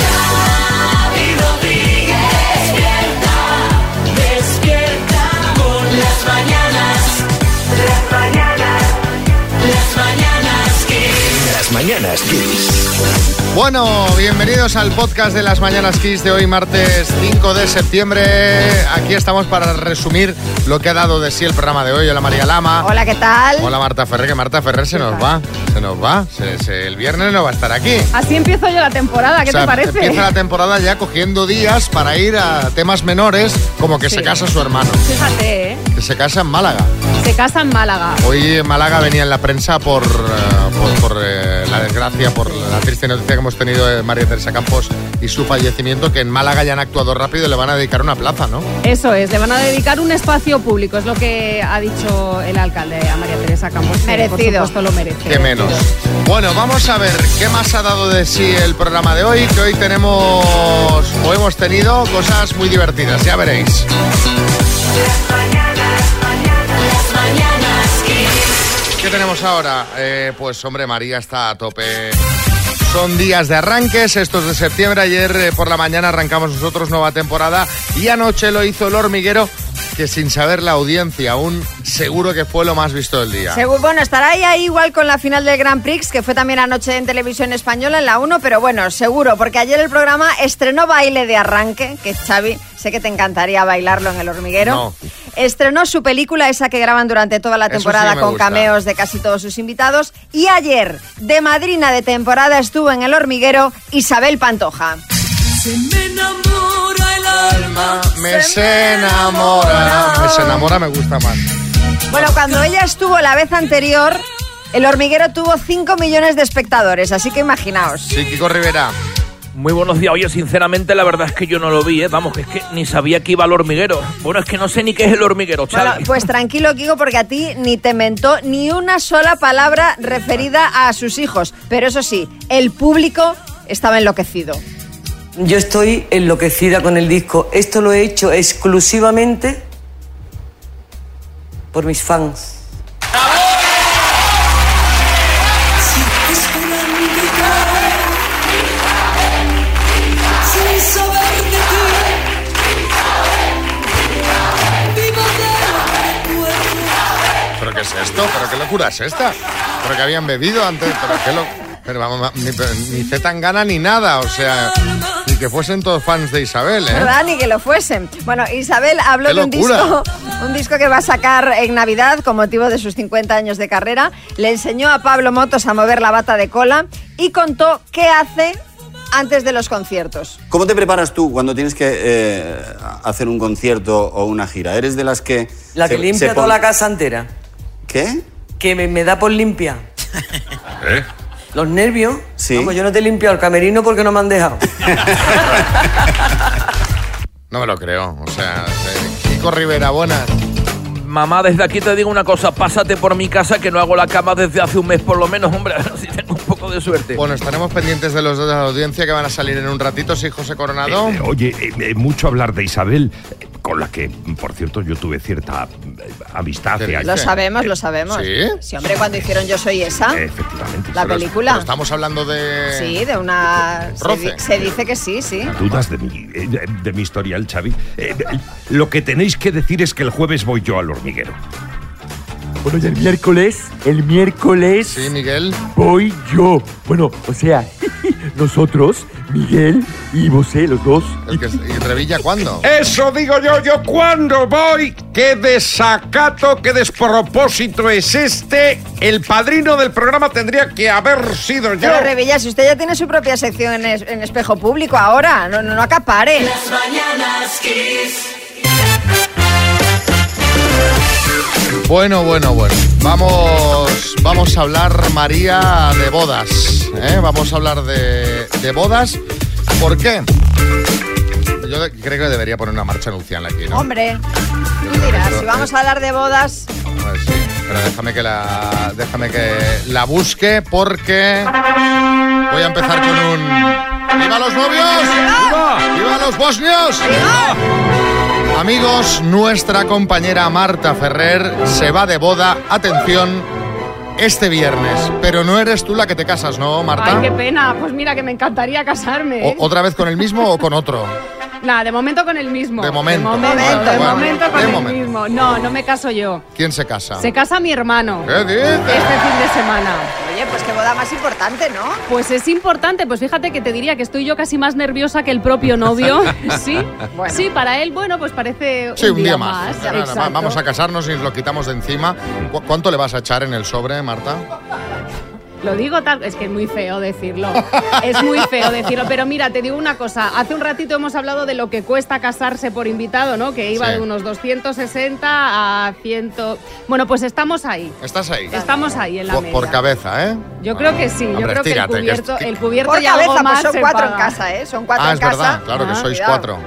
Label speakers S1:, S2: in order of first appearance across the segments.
S1: Xavi Rodríguez, despierta, despierta con las mañanas, las mañanas, las mañanas que
S2: Las mañanas Kiss.
S3: Bueno, bienvenidos al podcast de las Mañanas Kiss de hoy, martes 5 de septiembre. Aquí estamos para resumir lo que ha dado de sí el programa de hoy. Hola María Lama.
S4: Hola, ¿qué tal?
S3: Hola Marta Ferrer, que Marta Ferrer se nos va. Se nos va. Se- se- el viernes no va a estar aquí.
S4: Así empiezo yo la temporada, Ah, ¿qué
S3: O sea,
S4: te parece?
S3: Empieza la temporada ya cogiendo días para ir a temas menores, como que se casa su hermano,
S4: Fíjate, ¿eh?
S3: que se casa en Málaga.
S4: Se casa en Málaga.
S3: Hoy en Málaga venía en la prensa por, eh, por- por, eh, la desgracia, por la triste noticia que hemos tenido de María Teresa Campos y su fallecimiento, que en Málaga ya han actuado rápido y le van a dedicar una plaza, ¿no?
S4: Eso es, le van a dedicar un espacio público, es lo que ha dicho el alcalde a María Teresa Campos. que,
S5: Merecido.
S4: Por supuesto lo merece.
S3: Que menos. Bueno, vamos a ver qué más ha dado de sí el programa de hoy, que hoy tenemos o hemos tenido cosas muy divertidas, ya veréis.
S1: las mañanas que
S3: ¿Qué tenemos ahora? Eh, pues hombre, María está a tope. Son días de arranques, estos de septiembre. Ayer eh, por la mañana arrancamos nosotros nueva temporada y anoche lo hizo el hormiguero, que sin saber la audiencia aún, seguro que fue lo más visto del día.
S5: Seguro, bueno, estará ahí, ahí igual con la final del Grand Prix, que fue también anoche en televisión española, en la 1, pero bueno, seguro, porque ayer el programa estrenó baile de arranque, que Xavi, sé que te encantaría bailarlo en el hormiguero.
S3: No.
S5: Estrenó su película, esa que graban durante toda la
S3: Eso sí
S5: temporada
S3: me
S5: con
S3: gusta.
S5: cameos de casi todos sus invitados. Y ayer, de madrina de temporada, estuvo en el hormiguero Isabel Pantoja.
S1: se me enamora el alma.
S3: Me se enamora. Me se enamora, me gusta más.
S5: Bueno, cuando ella estuvo la vez anterior, el hormiguero tuvo 5 millones de espectadores, así que imaginaos.
S3: Sí, Kiko Rivera.
S6: Muy buenos días. Oye, sinceramente, la verdad es que yo no lo vi, ¿eh? Vamos, que es que ni sabía que iba al hormiguero. Bueno, es que no sé ni qué es el hormiguero,
S5: Bueno,
S6: Xavi.
S5: pues tranquilo, Kiko, porque a ti ni te mentó ni una sola palabra referida a sus hijos. Pero eso sí, el público estaba enloquecido.
S7: Yo estoy enloquecida con el disco. Esto lo he hecho exclusivamente por mis fans.
S1: Sin saber de ti. Vivo de lo que recuerdo.
S3: ¿Pero qué es esto? ¿Pero qué locura es esta? ¿Pero que habían bebido antes? ¿Pero qué lo- Pero vamos, ma- ni, pero ni C. Tangana ni nada, o sea, ni que fuesen todos fans de Isabel, ¿eh?
S5: ¿Verdad? Ni que lo fuesen. Bueno, Isabel habló
S3: ¡Qué
S5: de un
S3: locura!
S5: disco, un disco que va a sacar en Navidad con motivo de sus 50 años de carrera. Le enseñó a Pablo Motos a mover la bata de cola y contó qué hace antes de los conciertos.
S8: ¿Cómo te preparas tú cuando tienes que eh, hacer un concierto o una gira? ¿Eres de las que...
S7: La que
S8: se-
S7: limpia
S8: se
S7: toda
S8: pon-
S7: la casa entera.
S8: ¿Qué?
S7: Que me, me da por limpia.
S3: ¿Eh?
S7: Los nervios.
S8: Sí.
S7: Vamos, yo no te he limpiado el camerino porque no me han dejado.
S3: No me lo creo, o sea, eh, Kiko Rivera, buenas.
S6: Mamá, desde aquí te digo una cosa. Pásate por mi casa que no hago la cama desde hace un mes por lo menos, hombre. A ver si tengo un poco de suerte.
S3: Bueno, estaremos pendientes de los dos de la audiencia que van a salir en un ratito, sí, José Coronado.
S2: Eh, eh, oye, eh, eh, mucho hablar de Isabel, eh, con la que, por cierto, yo tuve cierta eh, amistad.
S3: ¿Qué
S2: eh,
S5: Lo
S3: Sí.
S5: sabemos, lo sabemos.
S3: ¿Sí?
S5: hombre, cuando hicieron Yo Soy Esa,
S2: eh, efectivamente.
S5: la
S3: Pero-
S5: película.
S3: pero estamos hablando de...
S5: Sí, de una... se
S3: Roce.
S5: di- se dice que sí, sí.
S2: Dudas de mi, eh, de- de mi historial, Xavi. Eh, eh, lo que tenéis que decir es que el jueves voy yo al hormiguero.
S9: Bueno, y el miércoles, el miércoles
S3: Sí, Miguel.
S9: voy yo. Bueno, o sea, nosotros, Miguel y vos, los dos.
S3: El que- ¿Y Revilla cuándo?
S10: Eso digo yo, yo cuando voy, qué desacato, qué despropósito es este. El padrino del programa tendría que haber sido yo.
S5: Pero Revilla, si usted ya tiene su propia sección en, es- en espejo público ahora, no, no, no acapare.
S1: Las mañanas Kiss.
S3: Bueno, bueno, bueno. Vamos, vamos a hablar, María, de bodas. ¿eh? Vamos a hablar de, de bodas. ¿Por qué? Yo de- creo que debería poner una marcha nupcial aquí, ¿no?
S5: Hombre, tú dirás, si vamos a hablar de bodas,
S3: Pues sí, pero déjame que la, déjame que la busque porque voy a empezar con un... ¡Viva los novios! ¡Viva los bosnios! Amigos, nuestra compañera Marta Ferrer se va de boda, atención, este viernes. Pero no eres tú la que te casas, ¿no, Marta?
S4: Ay, qué pena. Pues mira, que me encantaría casarme. ¿eh?
S3: O- ¿Otra vez con el mismo o con otro?
S4: Nada, de momento con el mismo.
S3: De momento.
S4: De momento, de
S3: Bueno,
S4: momento con
S3: de
S4: el
S3: momento.
S4: mismo. No, no me caso yo.
S3: ¿Quién se casa?
S4: Se casa mi hermano.
S3: ¿Qué dices?
S4: Este fin de semana.
S5: Oye, pues qué boda más importante, ¿no?
S4: Pues es importante, pues fíjate que te diría que estoy yo casi más nerviosa que el propio novio, ¿sí?
S5: Bueno.
S4: Sí, para él, bueno, pues parece
S3: Sí, un día más. Nada, nada,
S4: Exacto.
S3: Vamos a casarnos y lo quitamos de encima. ¿Cu- ¿Cuánto le vas a echar en el sobre, Marta?
S4: Lo digo tal, es que es muy feo decirlo. Es muy feo decirlo. Pero mira, te digo una cosa. Hace un ratito hemos hablado de lo que cuesta casarse por invitado, ¿no? Que iba
S3: Sí.
S4: de unos 260 a 100. Bueno, pues estamos ahí.
S3: ¿Estás ahí?
S4: Estamos ahí en la
S3: Por,
S4: media.
S3: por cabeza, ¿eh?
S4: Yo creo que sí. Yo
S3: Hombre,
S4: creo que el
S3: estírate, que
S4: cubierto,
S3: es-
S4: el cubierto
S5: Por
S4: y algo
S5: cabeza, pues
S4: más
S5: son
S4: se
S5: cuatro en
S4: paga.
S5: casa, ¿eh? Son cuatro
S3: ah,
S5: en
S3: es
S5: casa.
S3: verdad, claro que
S4: Ah,
S3: sois
S5: cuidado.
S3: cuatro.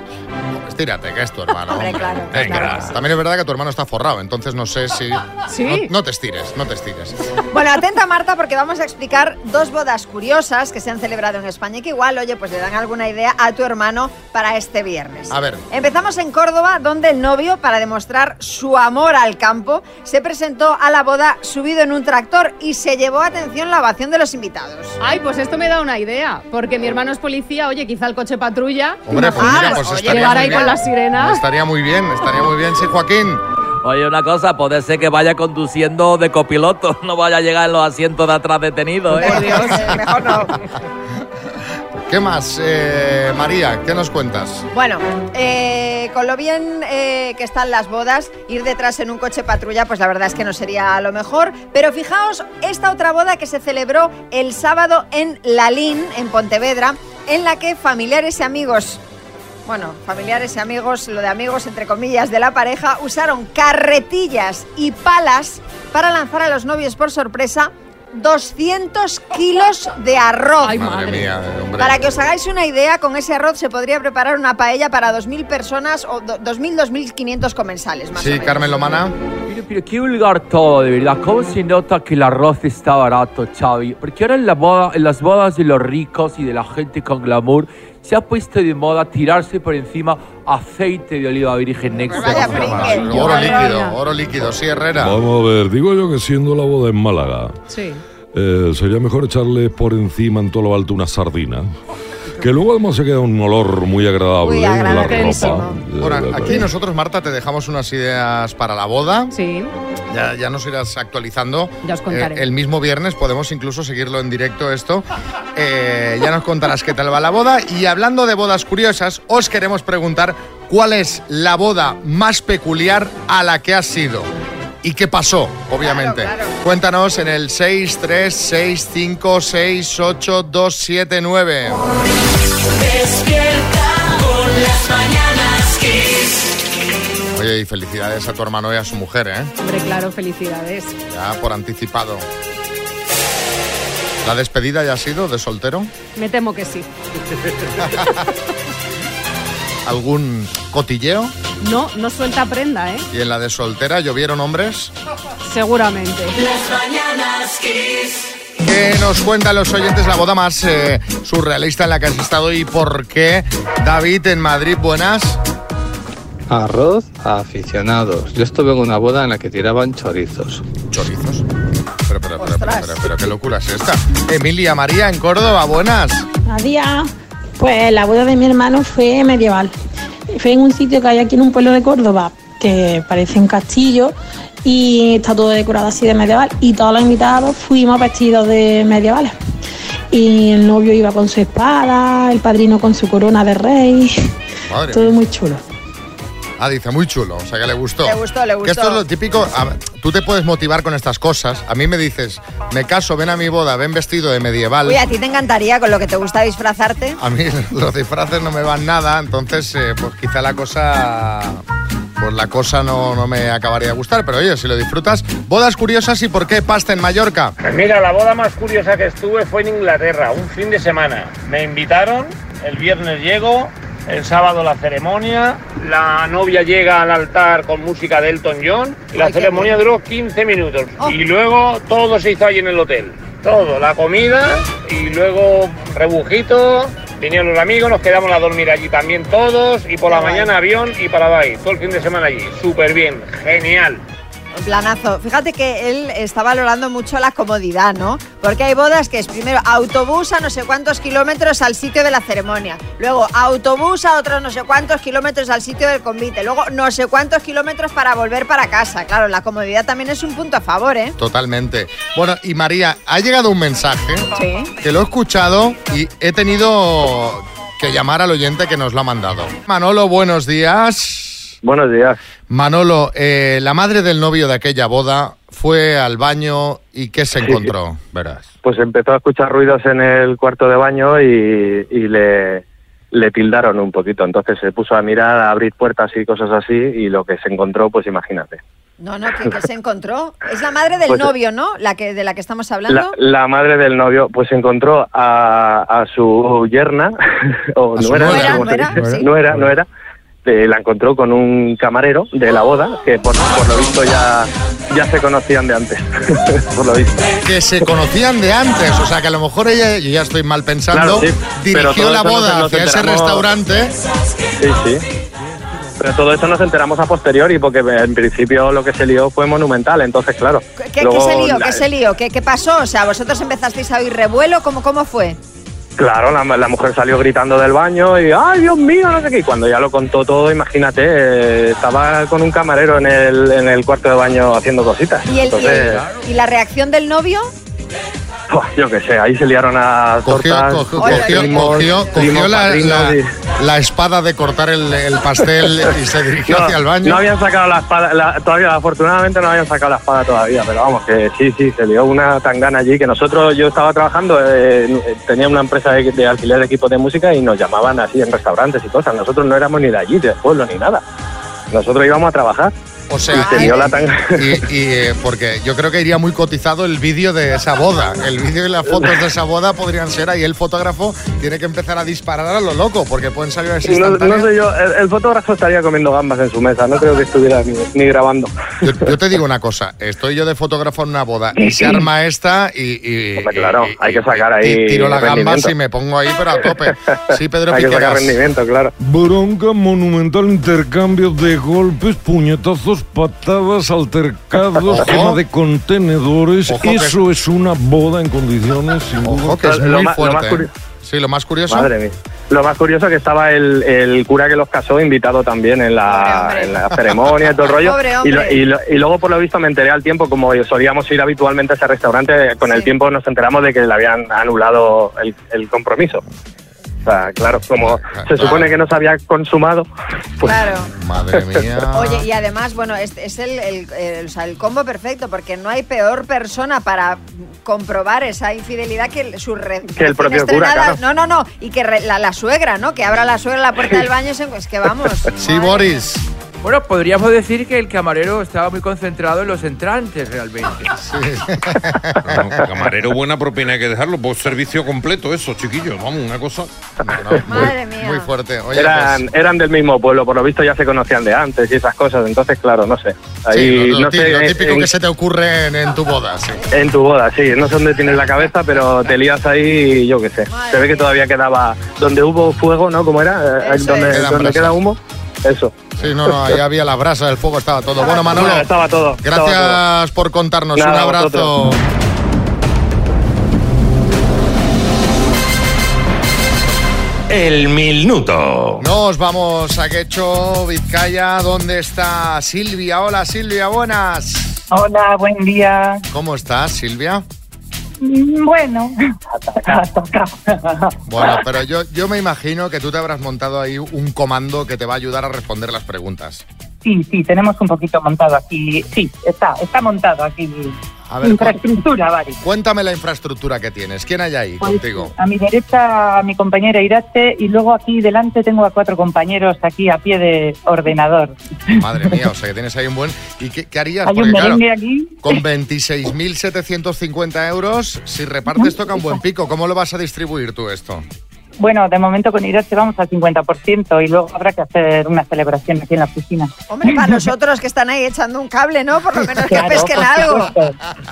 S3: Estírate, que es tu hermano.
S5: Hombre, claro,
S3: Venga.
S5: claro que sí.
S3: También es verdad que tu hermano está forrado, entonces no sé si.
S4: Sí.
S3: No, no te estires, no te estires.
S5: Bueno, atenta Marta porque vamos a explicar dos bodas curiosas que se han celebrado en España y que igual, oye, pues le dan alguna idea a tu hermano para este viernes.
S3: A ver.
S5: Empezamos en Córdoba, donde el novio, para demostrar su amor al campo, se presentó a la boda subido en un tractor y se llevó atención la ovación de los invitados.
S4: Ay, pues esto me da una idea. Porque mi hermano es policía. Oye, quizá el coche patrulla.
S3: Hombre, pues
S5: Ah,
S3: mira,
S5: pues
S3: pues
S5: oye,
S3: estaría
S4: Llegar
S3: muy
S4: ahí
S3: bien.
S4: con la sirena.
S3: Estaría muy bien, estaría muy bien, sí, Joaquín.
S11: Oye, una cosa, puede ser que vaya conduciendo de copiloto, no vaya a llegar en los asientos de atrás detenido, ¿eh?
S5: Eh, Mejor no.
S3: ¿Qué más, eh, María? ¿Qué nos cuentas?
S5: Bueno, eh, con lo bien eh, que están las bodas, ir detrás en un coche patrulla, pues la verdad es que no sería lo mejor. Pero fijaos esta otra boda que se celebró el sábado en Lalín, en Pontevedra, en la que familiares y amigos. Bueno, familiares y amigos, lo de amigos entre comillas de la pareja, usaron carretillas y palas para lanzar a los novios por sorpresa 200 kilos de arroz.
S4: Ay,
S3: Madre,
S4: Madre.
S3: mía, eh, hombre.
S5: Para que os hagáis una idea, con ese arroz se podría preparar una paella para 2.000 personas o do- 2.000, 2.500 comensales, más o
S3: Sí,
S5: menos.
S3: Carmen Lomana.
S12: Pero, pero qué vulgar todo, de verdad. ¿Cómo se nota que el arroz está barato, Xavi? Porque ahora en, la boda, en las bodas de los ricos y de la gente con glamour se ha puesto de moda tirarse por encima aceite de oliva virgen extra.
S5: vaya
S12: con tomate.
S5: pringue.
S3: Oro líquido, oro líquido, sí, Herrera.
S13: Vamos a ver, digo yo que siendo la boda en Málaga,
S4: Sí.
S13: eh, sería mejor echarle por encima en todo lo alto una sardina. Que luego además se queda un olor muy agradable ¿eh?
S5: Muy
S13: en la
S5: agradabilísimo.
S13: ropa. Eh,
S3: Bueno, aquí
S13: eh,
S3: nosotros, Marta, te dejamos unas ideas para la boda.
S4: Sí.
S3: Ya, ya nos irás actualizando. Eh,
S4: Ya os contaré.
S3: el mismo viernes podemos incluso seguirlo en directo esto. Eh, ya nos contarás qué tal va la boda. Y hablando de bodas curiosas, os queremos preguntar cuál es la boda más peculiar a la que has sido. ¿Y qué pasó, obviamente?
S5: Claro, claro.
S3: Cuéntanos en el 636568279.
S1: Despierta con las mañanas Kiss.
S3: Oye, y felicidades a tu hermano y a su mujer, ¿eh?
S4: Hombre, claro, felicidades.
S3: Ya por anticipado. ¿La despedida ya ha sido de soltero?
S4: Me temo que sí.
S3: ¿Algún cotilleo?
S4: No, no suelta prenda, ¿eh?
S3: ¿Y en la de soltera llovieron hombres?
S4: Seguramente.
S1: Las mañanas Kiss.
S3: ¿Qué nos cuentan los oyentes la boda más eh, surrealista en la que has estado y por qué? David, en Madrid, buenas.
S14: Arroz a aficionados. Yo estuve en una boda en la que tiraban chorizos.
S3: Chorizos. Pero, pero, pero, pero, pero, pero, qué locura es esta. Emilia María, en Córdoba, buenas.
S2: Nadia, pues la boda de mi hermano fue medieval. Fue en un sitio que hay aquí en un pueblo de Córdoba, que parece un castillo, y está todo decorado así de medieval. Y todos los invitados fuimos vestidos de medievales. Y el novio iba con su espada, el padrino con su corona de rey.
S3: Madre
S2: todo
S3: mía.
S2: muy chulo.
S3: Ah, dice, muy chulo, o sea que le gustó.
S5: Le gustó, le
S3: Que esto
S5: gustó.
S3: es lo típico, a ver, tú te puedes motivar con estas cosas. A mí me dices, me caso, ven a mi boda, ven vestido de medieval.
S5: Uy, a ti te encantaría con lo que te gusta disfrazarte.
S3: A mí los disfraces no me van nada, entonces eh, pues quizá la cosa pues la cosa no, no me acabaría de gustar, pero oye, si lo disfrutas, bodas curiosas y por qué pasta en Mallorca.
S15: Pues mira, la boda más curiosa que estuve fue en Inglaterra, un fin de semana. Me invitaron, el viernes llego, el sábado la ceremonia, la novia llega al altar con música de Elton John, y la
S5: Ay, qué Oh.
S15: ceremonia
S5: bien.
S15: duró 15 minutos y luego todo se hizo ahí en el hotel. Todo, la comida y luego rebujito, vinieron los amigos, nos quedamos a dormir allí también todos y por la mañana avión y para Dubái, todo el fin de semana allí. Súper bien, genial.
S5: Planazo. Fíjate que él está valorando mucho la comodidad, ¿no? Porque hay bodas que es primero autobús a no sé cuántos kilómetros al sitio de la ceremonia, luego autobús a otros no sé cuántos kilómetros al sitio del convite, luego no sé cuántos kilómetros para volver para casa. Claro, la comodidad también es un punto a favor, ¿eh?
S3: Totalmente. Bueno, y María, ha llegado un mensaje
S5: Sí.
S3: que lo he escuchado y he tenido que llamar al oyente que nos lo ha mandado. Manolo, buenos días.
S14: Buenos días.
S3: Manolo, eh, la madre del novio de aquella boda fue al baño y ¿qué se encontró? Verás.
S14: Pues empezó a escuchar ruidos en el cuarto de baño y, y le, le tildaron un poquito. Entonces se puso a mirar, a abrir puertas y cosas así y lo que se encontró, pues imagínate.
S5: No, no, que, que se encontró. Es la madre del
S14: Pues-
S5: novio, ¿no? La que, de la que estamos hablando.
S14: La, la madre del novio, pues encontró a, a su yerna, o
S16: A su
S14: nuera, no
S16: nuera,
S14: sé cómo se
S16: nuera,
S14: dice.
S16: sí.
S14: nuera, nuera, eh, la encontró con un camarero de la boda, que por, por lo visto ya, ya se conocían de antes, por lo visto.
S3: Que se conocían de antes, o sea que a lo mejor ella, yo ya estoy mal pensando,
S14: Claro, sí, pero
S3: dirigió
S14: todo
S3: la
S14: eso no
S3: boda
S14: se- no se
S3: hacia ese
S14: enteramos.
S3: restaurante.
S14: Sí, sí. Pero todo eso nos enteramos a posteriori, porque en principio lo que se lió fue monumental, entonces claro.
S5: ¿Qué, qué se lío? ¿Qué se lío? ¿Qué, qué pasó? O sea, vosotros empezasteis a oír revuelo, ¿cómo, cómo fue?
S14: Claro, la, la mujer salió gritando del baño y ¡ay, Dios mío! No sé qué. Y cuando ya lo contó todo, imagínate, eh, estaba con un camarero en el, en el cuarto de baño haciendo cositas.
S5: ¿Y, el- y el-
S14: Entonces,
S5: y la reacción del novio?
S14: ¡buah! yo qué sé, ahí se liaron a tortas.
S3: Cogió, cogió-
S14: primos,
S3: cogió- cogió
S14: primos,
S3: la,
S14: padrinos
S3: la-
S14: y-
S3: la espada de cortar el, el pastel y se dirigió
S14: No,
S3: hacia el baño.
S14: No habían sacado la espada, la- todavía, afortunadamente no habían sacado la espada todavía, pero vamos, que sí, sí, se lió una tangana allí, que nosotros, yo estaba trabajando, eh, en- eh, tenía una empresa de, de alquiler de equipos de música y nos llamaban así en restaurantes y cosas, nosotros no éramos ni de allí, del pueblo, ni nada, nosotros íbamos a trabajar.
S3: O
S14: y
S3: sea,
S14: se lió la tangana.
S3: y, y, eh, porque yo creo que iría muy cotizado el vídeo de esa boda. El vídeo y las fotos de esa boda podrían ser ahí. El fotógrafo tiene que empezar a disparar a lo loco porque pueden salir así.
S14: No, no sé yo, el, el fotógrafo estaría comiendo gambas en su mesa, no creo que estuviera ni, ni grabando.
S3: Yo, yo te digo una cosa, estoy yo de fotógrafo en una boda y se arma esta y, y-
S14: claro,
S3: y-
S14: hay que sacar ahí
S3: y tiro las gambas
S14: rendimiento.
S3: y me pongo ahí pero a tope. Sí, Pedro
S14: Hay que
S3: Piqueras.
S14: sacar rendimiento, claro.
S13: Bronca monumental, intercambio de golpes, puñetazos, patadas, altercados,
S3: Ojo.
S13: tema de contenedores.
S3: Ojo que-
S13: Eso es una boda en condiciones. sin duda.
S3: Ojo, que es
S14: Lo
S3: muy
S14: más- lo más
S3: fuerte. ¿eh?
S14: curio-
S3: sí, lo más curioso.
S14: Madre mía. Lo más curioso que estaba el, el cura que los casó invitado también en la, en la ceremonia y todo el rollo.
S3: Pobre
S14: Y, lo-
S3: hombre.
S14: y lo- y luego, por lo visto, me enteré al tiempo, como solíamos ir habitualmente a ese restaurante, con el tiempo nos enteramos de que le habían anulado el, el compromiso. O sea, claro, como
S3: Ah.
S14: se supone que no se había consumado. pues,
S5: Claro.
S3: Madre mía.
S14: Ah.
S5: Oye, y además, bueno, es, es el, el- el- o sea, el combo perfecto, porque no hay peor persona para comprobar esa infidelidad que el- su re-
S14: Que el propio
S5: recién
S14: cura,
S5: estrenada-
S14: claro.
S5: No, no, no, y que re- la, la suegra, ¿no? Que abra la suegra la puerta del baño, y se- es que vamos.
S3: Sí, Boris.
S6: Bueno, podríamos decir que el camarero estaba muy concentrado en los entrantes realmente.
S16: No, camarero, buena propina hay que dejarlo. Pues servicio completo, eso, chiquillos. Vamos, una cosa.
S5: Madre mía.
S3: Muy fuerte. Oye, pues-
S14: eran, eran del mismo pueblo, por lo visto ya se conocían de antes y esas cosas. Entonces, claro, no sé.
S3: pues, sí,
S14: Ahí,
S3: lo, lo
S14: no
S3: tí-
S14: sé, eh,
S3: lo
S14: en-
S3: típico
S14: en-
S3: que se te ocurre en, en tu boda, sí.
S14: En tu boda, sí. No sé dónde tienes la cabeza, pero te lías ahí y yo qué sé. Se ve que todavía quedaba... Donde hubo fuego, ¿no? ¿Cómo era? Eh,
S3: Eso
S14: donde
S3: es. Quedan
S14: donde
S3: brasas.
S14: queda humo. Eso.
S3: Sí, no, no, ahí había la brasa, el fuego estaba todo. Bueno, Manolo,
S14: Bueno, estaba todo, estaba
S3: gracias por contarnos.
S14: Nada,
S3: Un abrazo.
S14: vosotros.
S16: El minuto.
S3: Nos vamos a Quecho, Vizcaya, ¿dónde está Silvia? Hola Silvia, buenas.
S17: Hola, buen día.
S3: ¿Cómo estás Silvia?
S17: Mm, Bueno, Ah,
S3: Bueno, pero yo, yo me imagino que tú te habrás montado ahí un comando que te va a ayudar a responder las preguntas.
S17: sí, sí, tenemos un poquito montado aquí. Sí, está, está montado aquí.
S3: A ver,
S17: infraestructura, Bari.
S3: Cuéntame la infraestructura que tienes. ¿Quién hay ahí contigo?
S17: A mi derecha, a mi compañera Irache, y luego aquí delante tengo a cuatro compañeros aquí a pie de ordenador.
S3: Madre mía, o sea que tienes ahí un buen... ¿Y qué, qué harías?
S17: Hay un merengue aquí.
S3: con 26.750 euros, si repartes toca un buen pico. ¿Cómo lo vas a distribuir tú esto?
S17: Bueno, de momento con Irache vamos al 50% y luego habrá que hacer una celebración aquí en la oficina.
S5: Hombre, para nosotros que están ahí echando un cable, ¿no? Por lo menos que pesquen algo.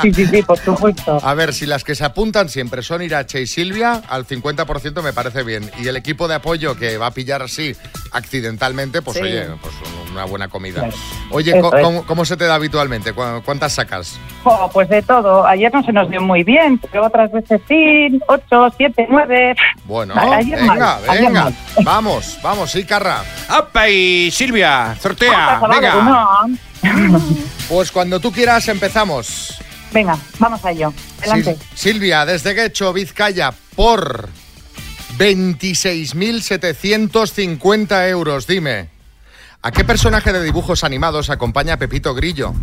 S17: Sí, sí, sí, por supuesto.
S3: A ver, si las que se apuntan siempre son Irache y Silvia, al 50% me parece bien. Y el equipo de apoyo que va a pillar así accidentalmente, pues
S5: Sí.
S3: oye, pues un- una buena comida.
S17: Claro.
S3: Oye,
S17: Eso
S3: co-
S17: es.
S3: ¿cómo, cómo se te da habitualmente? ¿Cu- ¿Cuántas sacas?
S17: Jo, pues de todo. Ayer no se nos dio muy bien, pero otras veces sí, ocho, siete, nueve.
S3: Bueno,
S17: Ayer
S3: venga,
S17: mal, ayer
S3: venga.
S17: mal.
S3: Vamos, vamos, sí, Carra.
S10: ¡Apa y Silvia! ¡Sortea!
S3: Apa,
S10: ¡Venga!
S3: chaval, Pues cuando tú quieras empezamos.
S17: Venga, vamos a ello. Adelante.
S3: Sil- Silvia, desde Guecho, Vizcaya, por 26.750 euros. Dime, ¿a qué personaje de dibujos animados acompaña Pepito Grillo?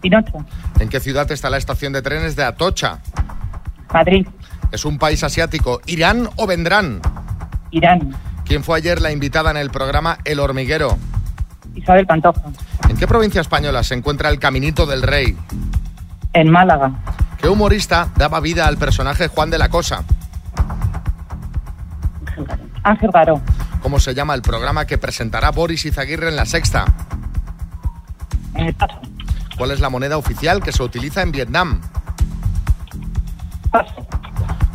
S17: Pinocho,
S3: ¿En qué ciudad está la estación de trenes de Atocha?
S17: Madrid,
S3: ¿Es un país asiático? ¿Irán o vendrán?
S17: Irán,
S3: ¿Quién fue ayer la invitada en el programa El Hormiguero?
S17: Isabel Pantoja,
S3: ¿En qué provincia española se encuentra el Caminito del Rey?
S17: en Málaga,
S3: ¿Qué humorista daba vida al personaje Juan de la Cosa?
S17: Ángel Garó,
S3: ¿Cómo se llama el programa que presentará Boris Izaguirre en la sexta?
S17: eh, paso,
S3: ¿Cuál es la moneda oficial que se utiliza en Vietnam?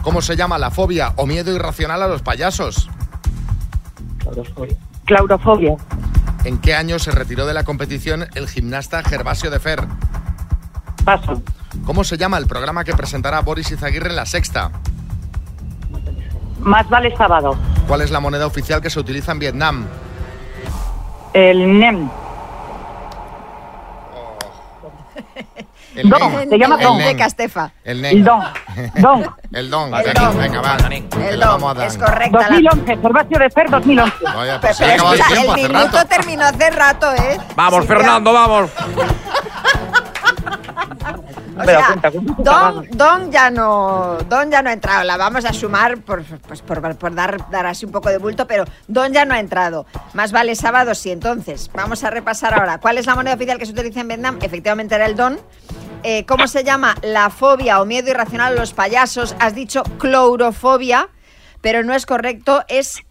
S3: ¿Cómo se llama la fobia o miedo irracional a los payasos?
S17: claurofobia,
S3: ¿En qué año se retiró de la competición el gimnasta Gervasio de Fer?
S17: paso,
S3: ¿Cómo se llama el programa que presentará Boris Izaguirre en la sexta?
S17: más vale sábado,
S3: ¿Cuál es la moneda oficial que se utiliza en Vietnam?
S17: el E NEM.
S3: El
S17: Don,
S3: Nen.
S17: se llama
S3: El
S17: Don.
S3: Nen.
S5: De Castefa.
S3: El Nen.
S17: El don, don.
S3: El don.
S17: El
S3: venga,
S17: don.
S3: venga, va.
S5: El
S3: Le
S5: don,
S3: vamos a dar.
S5: es correcta la-
S17: 2011, Gervasio de Fer 2011.
S3: Vaya,
S5: Pero
S3: pues se ha
S5: es
S3: acabado
S5: que
S3: el tiempo
S5: la-
S3: hace
S5: el minuto
S3: rato.
S5: terminó hace rato, ¿eh?
S6: Vamos, Fernando, vamos.
S5: O sea, Don, Don ya no, Don ya no ha entrado. La vamos a sumar por, pues, por, por dar, dar así un poco de bulto, pero Don ya no ha entrado. Más vale sábado sí. Entonces, vamos a repasar ahora. ¿Cuál es la moneda oficial que se utiliza en Vietnam? Efectivamente era el Don. Eh, ¿Cómo se llama? La fobia o miedo irracional a los payasos. Has dicho clourofobia, pero no es correcto. Es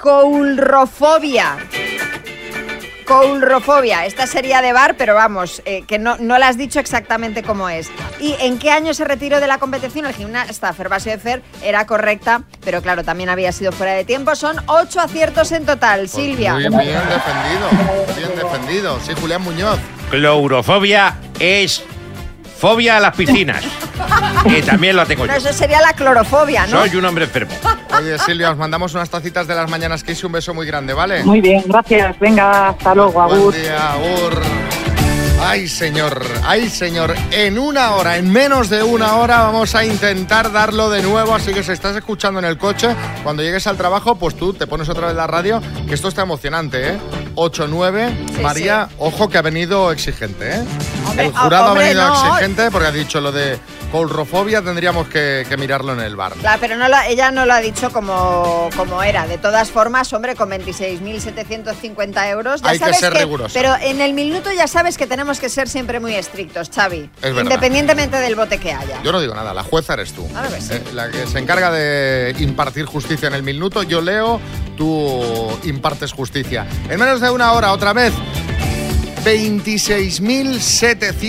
S5: coulrofobia. Coulrofobia. Esta sería de bar, pero vamos, eh, que no, no la has dicho exactamente cómo es. ¿Y en qué año se retiró de la competición? El gimnasta Fervasio de Fer era correcta, pero claro, también había sido fuera de tiempo. Son ocho aciertos en total, Silvia.
S3: Pues Muy bien defendido, bien defendido. Sí, Julián Muñoz.
S10: Clourofobia es fobia a las piscinas. que también la tengo
S5: No,
S10: yo.
S5: eso sería la clorofobia, ¿no?
S10: Soy un hombre enfermo.
S3: Oye, Silvia, os mandamos unas tacitas de las mañanas que hice. Un beso muy grande, ¿vale?
S17: Muy bien, gracias. Venga, hasta luego,
S3: Buen
S17: Agur.
S3: día, Agur. Ay, señor, ay, señor. En una hora, en menos de una hora, vamos a intentar darlo de nuevo. Así que si estás escuchando en el coche, cuando llegues al trabajo, pues tú te pones otra vez la radio, que esto está emocionante, ¿eh? 8-9.
S5: Sí,
S3: María, ojo que ha venido exigente, ¿eh?
S5: Hombre,
S3: el jurado
S5: oh, hombre,
S3: ha venido
S5: no.
S3: exigente porque ha dicho lo de colrofobia, tendríamos que, que mirarlo en el bar.
S5: Claro, Ah, pero no lo- ella no lo ha dicho como, como era. De todas formas, hombre, con 26.750 euros. Ya
S3: Hay que
S5: sabes
S3: ser riguroso.
S5: Pero en el minuto ya sabes que tenemos que ser siempre muy estrictos, Xavi.
S3: Es verdad.
S5: Independientemente del bote que haya.
S3: Yo no digo nada, la jueza eres tú.
S5: Claro que sí.
S3: Eh, La que se encarga de impartir justicia en el minuto, yo leo, tú impartes justicia. En menos de una hora, otra vez,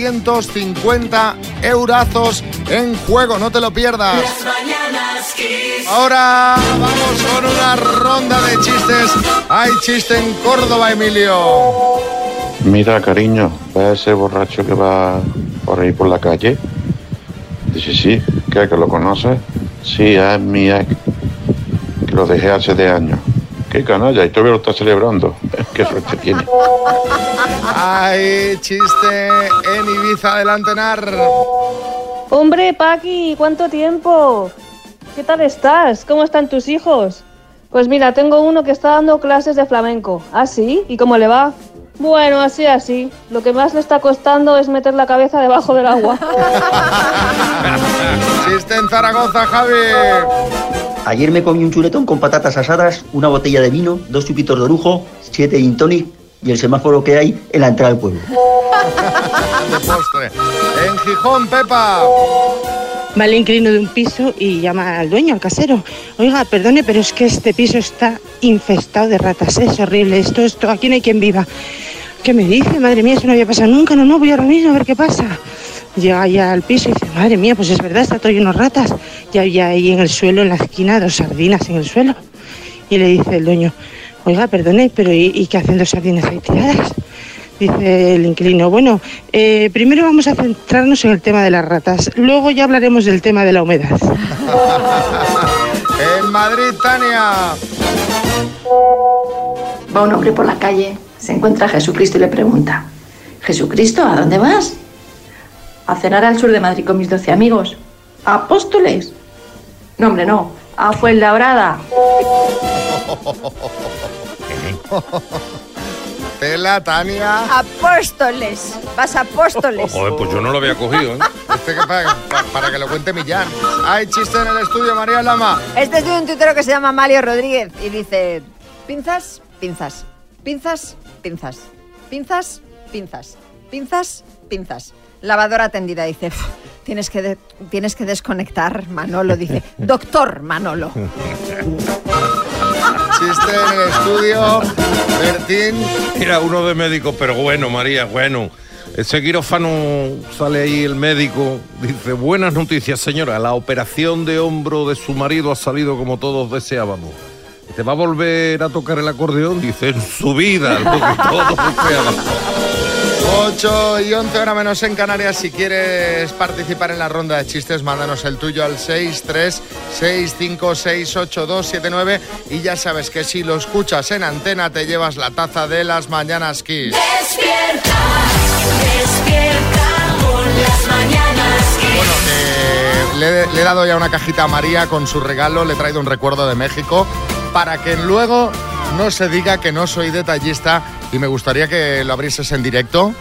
S3: 26.750 eurazos en juego, no te lo pierdas.
S1: Las mañanas Kiss.
S3: Ahora vamos con una ronda de chistes. Hay chiste en Córdoba, Emilio.
S18: Mira, cariño, ¿ves ese borracho que va por ahí por la calle? Dice, sí, ¿qué? ¿Que lo conoces? Sí, es mi ex, que lo dejé hace de años. Qué canalla, y todavía lo está celebrando. Qué suerte tiene.
S3: Hay chiste en Ibiza, adelante, Nar.
S19: Hombre, Paqui, ¿cuánto tiempo? ¿Qué tal estás? ¿Cómo están tus hijos? Pues mira, tengo uno que está dando clases de flamenco. ¿Ah, sí? ¿Y cómo le va? Bueno, así, así. Lo que más le está costando es meter la cabeza debajo del agua.
S3: Chiste en Zaragoza, Javi.
S20: Ayer me comí un chuletón con patatas asadas, una botella de vino, dos chupitos de orujo, siete gin tonic y el semáforo que hay en la entrada del pueblo.
S3: De postre. En Gijón, Pepa.
S21: Va el inquilino de un piso y llama al dueño, al casero. Oiga, perdone, pero es que este piso está infestado de ratas, es horrible. Esto, esto, aquí no hay quien viva. ¿Qué me dice? Madre mía, eso no había pasado nunca. No, no, voy ahora mismo a ver qué pasa. Llega ya al piso y dice, madre mía, pues es verdad, está todo lleno de ratas. Y había ahí en el suelo, en la esquina, dos sardinas en el suelo. Y le dice el dueño, oiga, perdone, pero ¿y, y qué hacen dos sardinas ahí tiradas? Dice el inquilino, bueno, eh, primero vamos a centrarnos en el tema de las ratas, luego ya hablaremos del tema de la humedad.
S3: En Madrid, Tania.
S8: Va un hombre por la calle, se encuentra a Jesucristo y le pregunta, Jesucristo, ¿a dónde vas? A cenar al sur de Madrid con mis doce amigos. ¿Apóstoles? No, hombre, no. Ah, A Fuenlabrada.
S3: Tela, Tania.
S5: Apóstoles. Vas a apóstoles.
S16: Joder, pues yo no lo había cogido, ¿eh?
S3: Este que para, pa- para que lo cuente Millán. Hay chiste en el estudio, María Lama.
S5: Este es de un tuitero que se llama Mario Rodríguez y dice: pinzas, pinzas, pinzas, pinzas, pinzas, pinzas, pinzas, pinzas. Lavadora tendida dice: "Uf, tienes que, de- tienes que desconectar, Manolo. Dice: Doctor Manolo.
S3: Chiste en el estudio. Bertín.
S16: Mira, uno de médicos, pero bueno, María, bueno. Ese quirófano sale ahí el médico, dice, buenas noticias señora, la operación de hombro de su marido ha salido como todos deseábamos. ¿Te va a volver a tocar el acordeón? Dice, en su vida, lo que todos deseábamos.
S3: 8 y 11 horas menos en Canarias. Si quieres participar en la ronda de chistes, mándanos el tuyo al 636568279 y ya sabes que si lo escuchas en antena te llevas la taza de las mañanas Kiss.
S1: Despierta, despierta con las mañanas
S3: Bueno, Eh, le, le he dado ya una cajita a María con su regalo, le he traído un recuerdo de México para que luego no se diga que no soy detallista y me gustaría que lo abrieses en directo.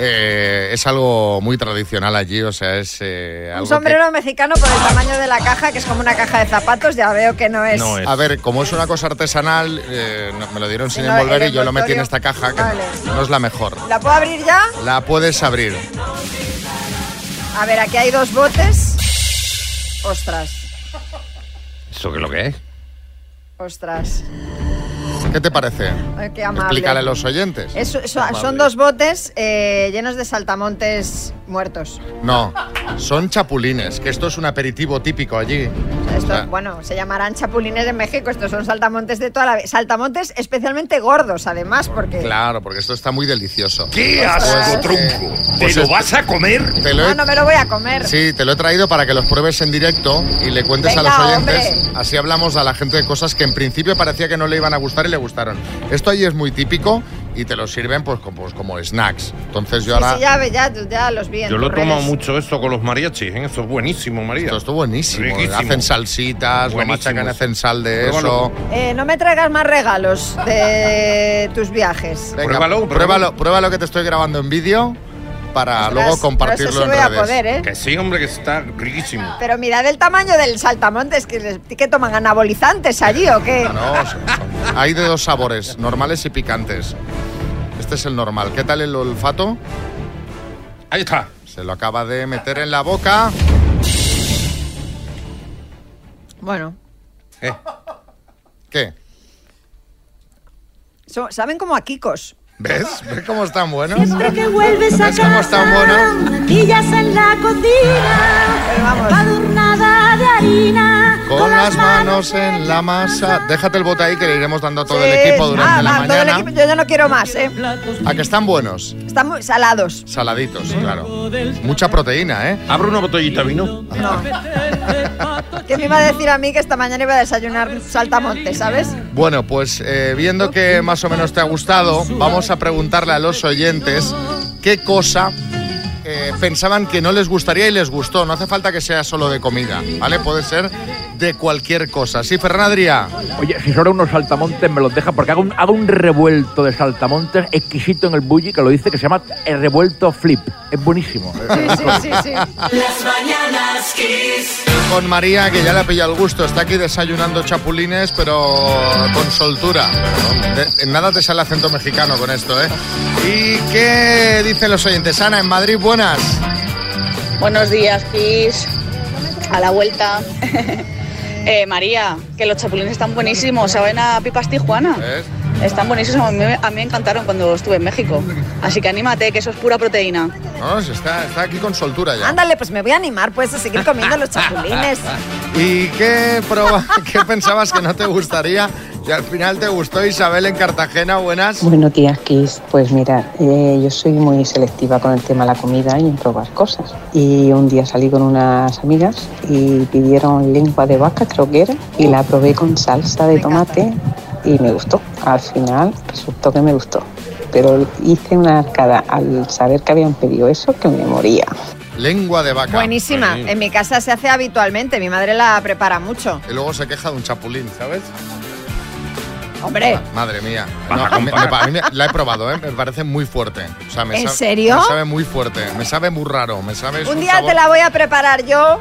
S3: Eh, es algo muy tradicional allí, o sea, es eh, algo
S5: Un
S3: que-
S5: sombrero mexicano por el tamaño de la caja, que es como una caja de zapatos, ya veo que no es.
S3: A ver, como es una cosa artesanal, eh, no- me lo dieron sin
S5: no,
S3: envolver
S5: el
S3: y yo lo metí en
S5: envoltorio.
S3: esta caja, que
S5: Vale.
S3: no es la mejor.
S5: ¿La puedo abrir ya?
S3: La puedes abrir.
S5: A ver, aquí hay dos botes. Ostras,
S16: ¿Eso qué es lo que es?
S5: ostras.
S3: ¿Qué te parece?
S5: Ay, qué amable.
S3: Explícale a los oyentes.
S5: Es- so-
S3: Amable.
S5: son dos botes eh, llenos de saltamontes muertos.
S3: No, son chapulines, que esto es un aperitivo típico allí. O
S5: Esto,
S3: sea,
S5: bueno, se llamarán chapulines en México. Estos son saltamontes de toda la vida. Saltamontes especialmente gordos, además, porque.
S3: Claro, porque esto está muy delicioso. Pues,
S5: ¡Qué asco,
S3: tronco!
S16: ¿Te lo vas
S3: a comer? pues este, Te lo he-
S5: Ah, No, no me lo voy a comer.
S3: Sí, te lo he traído para que los pruebes en directo y le cuentes
S5: Venga,
S3: a los oyentes.
S5: hombre.
S3: Así hablamos a la gente de cosas que en principio parecía que no le iban a gustar y le gustaron. Esto ahí es muy típico y te lo sirven pues como, pues, como snacks. Entonces yo
S5: Sí,
S3: ahora...
S5: sí, ya, ve- ya, ya los vi. en
S16: Yo lo he
S5: tus
S16: tomado
S5: redes.
S16: mucho esto con los mariachis, ¿eh? Eso es buenísimo, María. Esto
S3: es buenísimo. Hacen salsitas, lo machacan, hacen sal de eso.
S5: Eh, no me traigas más regalos de tus viajes.
S3: Venga, pruébalo, pruébalo, pruébalo que te estoy grabando en vídeo para
S5: Ostras,
S3: luego
S5: pero eso
S3: compartirlo
S5: sí voy a
S3: en redes.
S5: poder, ¿eh?
S16: Que sí, hombre, que está riquísimo.
S5: Pero mirad el tamaño del saltamontes que, les- que toman anabolizantes allí o qué.
S3: No, son- son- hay de dos sabores, normales y picantes. Este es el normal. ¿Qué tal el olfato?
S16: Ahí está.
S3: Se lo acaba de meter en la boca.
S5: Bueno,
S16: Eh.
S3: ¿Qué?
S5: so- saben como a Kikos.
S3: ¿Ves? ¿Ves cómo están buenos?
S5: Siempre que vuelves a
S3: ¿Ves cómo están buenos?
S1: Mantillas en la cocina, empadurnada de harina.
S3: Con las manos en la masa. Déjate el bote ahí que le iremos dando a todo el equipo durante
S5: Ah,
S3: la
S5: va, todo el
S3: mañana.
S5: equipo. Yo ya no quiero más, ¿eh?
S3: A que están buenos.
S5: Están muy salados.
S3: Saladitos, claro. Mucha proteína, ¿eh?
S16: Abre una botellita de vino.
S5: Que me iba a decir a mí que esta mañana iba a desayunar saltamontes, ¿sabes?
S3: Bueno, pues eh, viendo que más o menos te ha gustado, vamos a preguntarle a los oyentes qué cosa eh, pensaban que no les gustaría y les gustó. No hace falta que sea solo de comida, ¿vale? Puede ser de cualquier cosa. Sí, Fernandria.
S9: Oye, si sobra unos saltamontes me los deja porque hago un, hago un revuelto de saltamontes exquisito en el bulli que lo dice que se llama el revuelto flip. Es buenísimo. Eh,
S1: Las mañanas kiss.
S3: Con María, que ya le ha pillado el gusto. Está aquí desayunando chapulines, pero con soltura. De- en nada te sale acento mexicano con esto, ¿eh? ¿Y qué dicen los oyentes? Ana, en Madrid, buenas.
S22: Buenos días, Pis. A la vuelta. Eh, María, que los chapulines están buenísimos, saben a pipas tijuana.
S3: ¿Eh?
S22: Están buenísimos, a mí, a mí me encantaron cuando estuve en México. Así que anímate, que eso es pura proteína.
S3: No, si está, está aquí con soltura ya.
S5: Ándale, pues me voy a animar pues a seguir comiendo los chapulines.
S3: ¿Y qué, proba- qué pensabas que no te gustaría Y al final te gustó Isabel en Cartagena, buenas.
S23: Buenos días, Kiss. Pues mira, eh, yo soy muy selectiva con el tema de la comida y en probar cosas. Y un día salí con unas amigas y pidieron lengua de vaca, creo que era, y la probé con salsa de tomate y me gustó. Al final resultó que me gustó. Pero hice una arcada al saber que habían pedido eso que me moría.
S3: Lengua de vaca.
S5: Buenísima. Eh,
S3: Sí.
S5: En mi casa se hace habitualmente. Mi madre la prepara mucho.
S3: Y luego se queja de un chapulín, ¿sabes? Ah,
S5: Hombre,
S3: Madre mía. No, a mí- me- a mí me- la he probado, ¿eh? Me parece muy fuerte. O sea, me
S5: ¿En
S3: sabe-
S5: serio?
S3: Me sabe muy fuerte. Me sabe muy raro. Me sabe es
S5: un
S3: un
S5: día
S3: sabor-
S5: te la voy a preparar yo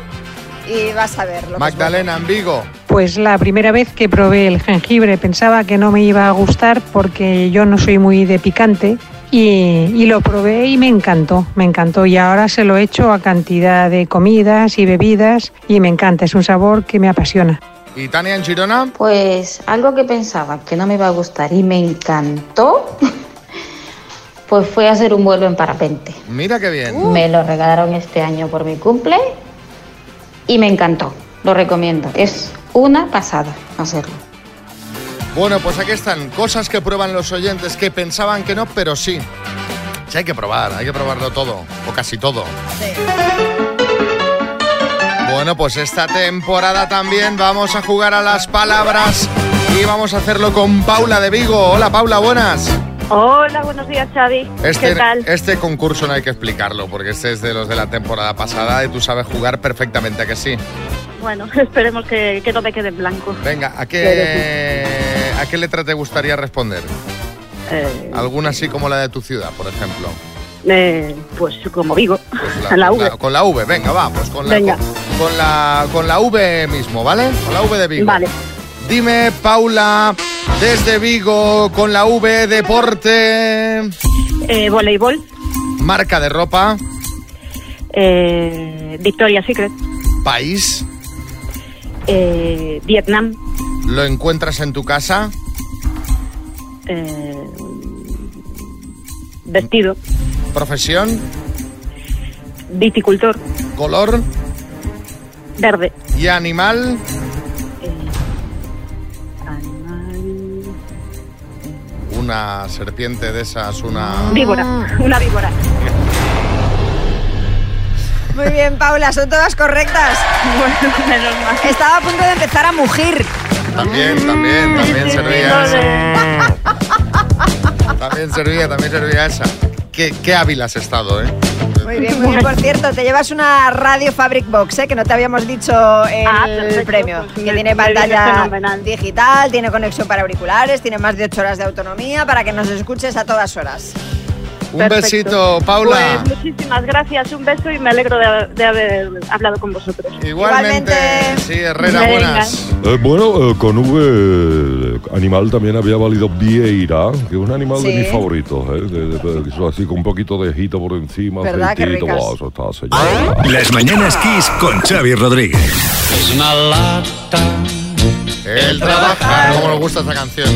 S5: y vas a verlo.
S3: Magdalena en Vigo.
S24: Pues la primera vez que probé el jengibre pensaba que no me iba a gustar porque yo no soy muy de picante y, y lo probé y me encantó, me encantó y ahora se lo echo a cantidad de comidas y bebidas y me encanta, es un sabor que me apasiona.
S3: ¿Y Tania en Girona?
S2: Pues algo que pensaba que no me iba a gustar y me encantó, pues fue hacer un vuelo en parapente.
S3: Mira qué bien.
S5: Uh,
S2: Me lo regalaron este año por mi cumple y me encantó. Lo recomiendo. Es una pasada hacerlo.
S3: Bueno, pues aquí están cosas que prueban los oyentes que pensaban que no, pero sí. Sí, hay que probar, hay que probarlo todo, o casi todo. Bueno, pues esta temporada también vamos a jugar a las palabras y vamos a hacerlo con Paula de Vigo. Hola Paula, buenas.
S1: Hola, buenos días, Xavi.
S3: Este,
S1: ¿Qué tal?
S3: este concurso no hay que explicarlo porque este es de los de la temporada pasada y tú sabes jugar perfectamente que sí.
S1: Bueno, esperemos que, que no me quede en blanco.
S3: Venga, ¿a qué, Eh, ¿a qué letra te gustaría responder?
S1: Eh,
S3: ¿Alguna así como la de tu ciudad, por ejemplo?
S1: eh, pues como digo,
S3: Con
S1: a la
S3: con
S1: V.
S3: con Pues la V, venga, va, pues con la,
S1: Venga.
S3: Con, con la, con la V mismo, ¿vale? Con la V de Vigo.
S1: Vale.
S3: Dime, Paula, desde Vigo, con la V, deporte.
S1: Eh, voleibol.
S3: Marca de ropa.
S1: Eh, Victoria Secret.
S3: País.
S1: Eh, Vietnam.
S3: Lo encuentras en tu casa.
S1: Eh, vestido.
S3: Profesión.
S1: Viticultor.
S3: Color.
S1: Verde.
S3: Y animal. Una serpiente de esas, una.
S1: Víbora. Una víbora.
S5: Muy bien, Paula, son todas correctas. Estaba a punto de empezar a mugir.
S3: También, también, también servía esa. También servía, también servía esa. Qué, qué hábil has estado, ¿eh?
S5: Muy bien, muy bien. Por cierto, te llevas una Radio Fabric Box, ¿eh? que no te habíamos dicho el
S1: Ah, perfecto,
S5: premio.
S1: pues
S5: que
S1: me-
S5: tiene
S1: me viene
S5: pantalla
S1: fenomenal.
S5: digital, tiene conexión para auriculares, tiene más de 8 horas de autonomía para que nos escuches a todas horas.
S3: Un besito, Paula.
S1: Pues muchísimas gracias, un beso y me alegro de, de haber hablado con vosotros.
S3: Igualmente. Sí, Herrera,
S1: Venga.
S3: buenas.
S13: Eh, bueno, eh, con V eh, animal también había valido Vieira, que es un animal
S5: Sí.
S13: de mis favoritos, eh, de- de- de- que son así con un poquito de hijito por encima,
S5: ¿Verdad? Qué
S13: aceitito,
S5: ricas.
S13: buah, eso está, señor.
S25: Las mañanas Kiss con Xavi Rodríguez. Es una lata.
S3: El trabajar. Cómo nos gusta esta canción.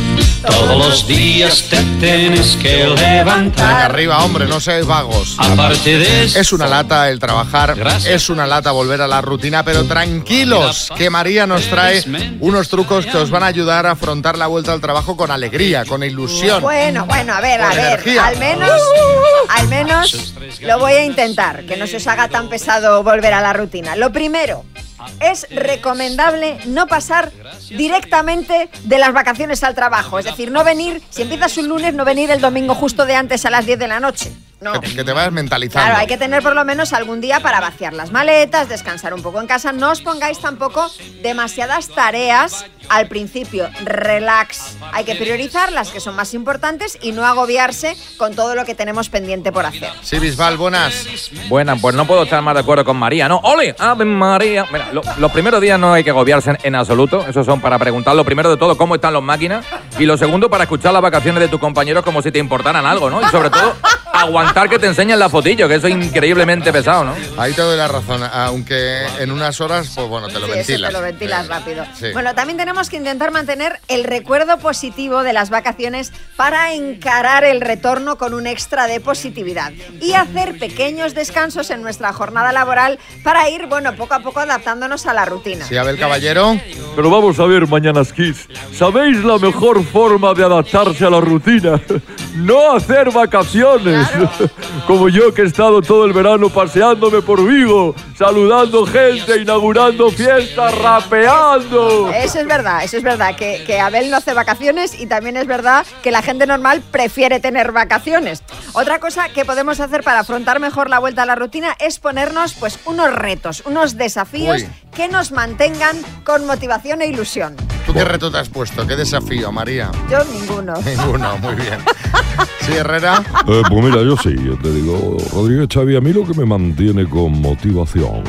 S25: Todos los días te tienes que
S3: Venga,
S25: levantar.
S3: arriba, hombre, no seáis vagos.
S25: Aparte de eso-
S3: Es una lata el trabajar, es una lata volver a la rutina, pero tranquilos, que María nos trae unos trucos que os van a ayudar a afrontar la vuelta al trabajo con alegría, con ilusión.
S5: Bueno, bueno, a ver, a
S3: Con
S5: ver.
S3: energía. Uh.
S5: Al menos, al menos lo voy a intentar, que no se os haga tan pesado volver a la rutina. Lo primero, es recomendable no pasar directamente de las vacaciones al trabajo. Es decir, no venir, si empiezas un lunes, no venir el domingo justo de antes a las 10 de la noche.
S3: Que, que te vayas mentalizando.
S5: Claro, hay que tener por lo menos algún día para vaciar las maletas, descansar un poco en casa. No os pongáis tampoco demasiadas tareas al principio. Relax. Hay que priorizar las que son más importantes y no agobiarse con todo lo que tenemos pendiente por hacer.
S3: Sí, Bisbal, buenas.
S12: Buenas, pues no puedo estar más de acuerdo con María, ¿no? ¡Ole! ¡Ave María! Mira, lo- los primeros días no hay que agobiarse en, en absoluto. Esos son para preguntar, lo primero de todo, cómo están las máquinas. Y lo segundo, para escuchar las vacaciones de tus compañeros como si te importaran algo, ¿no? Y sobre todo, aguantar que te enseñen la fotillo, que eso es increíblemente pesado, ¿no?
S3: Ahí te doy la razón, aunque en unas horas, pues bueno, te lo
S5: Sí, eso
S3: ventilas.
S5: te lo ventilas
S3: Eh,
S5: rápido.
S3: sí.
S5: Bueno, también tenemos que intentar mantener el recuerdo positivo de las vacaciones para encarar el retorno con un extra de positividad y hacer pequeños descansos en nuestra jornada laboral para ir, bueno, poco a poco adaptándonos a la rutina.
S3: Sí, Abel Caballero.
S9: Pero vamos a ver, Mañanas Kiss. ¿Sabéis la mejor forma de adaptarse a la rutina? No hacer vacaciones. Como yo que he estado todo el verano paseándome por Vigo, saludando gente, inaugurando fiestas, rapeando.
S5: Eso es verdad, eso es verdad, que, que Abel no hace vacaciones y también es verdad que la gente normal prefiere tener vacaciones. Otra cosa que podemos hacer para afrontar mejor la vuelta a la rutina es ponernos pues unos retos, unos desafíos
S3: Uy.
S5: que nos mantengan con motivación e ilusión.
S3: ¿Tú qué reto te has puesto? ¿Qué desafío, María?
S5: Yo ninguno.
S3: Ninguno, muy bien. Sí, Herrera.
S13: Eh, pues mira, yo sí, yo te digo, Rodríguez Xavi, a mí lo que me mantiene con motivación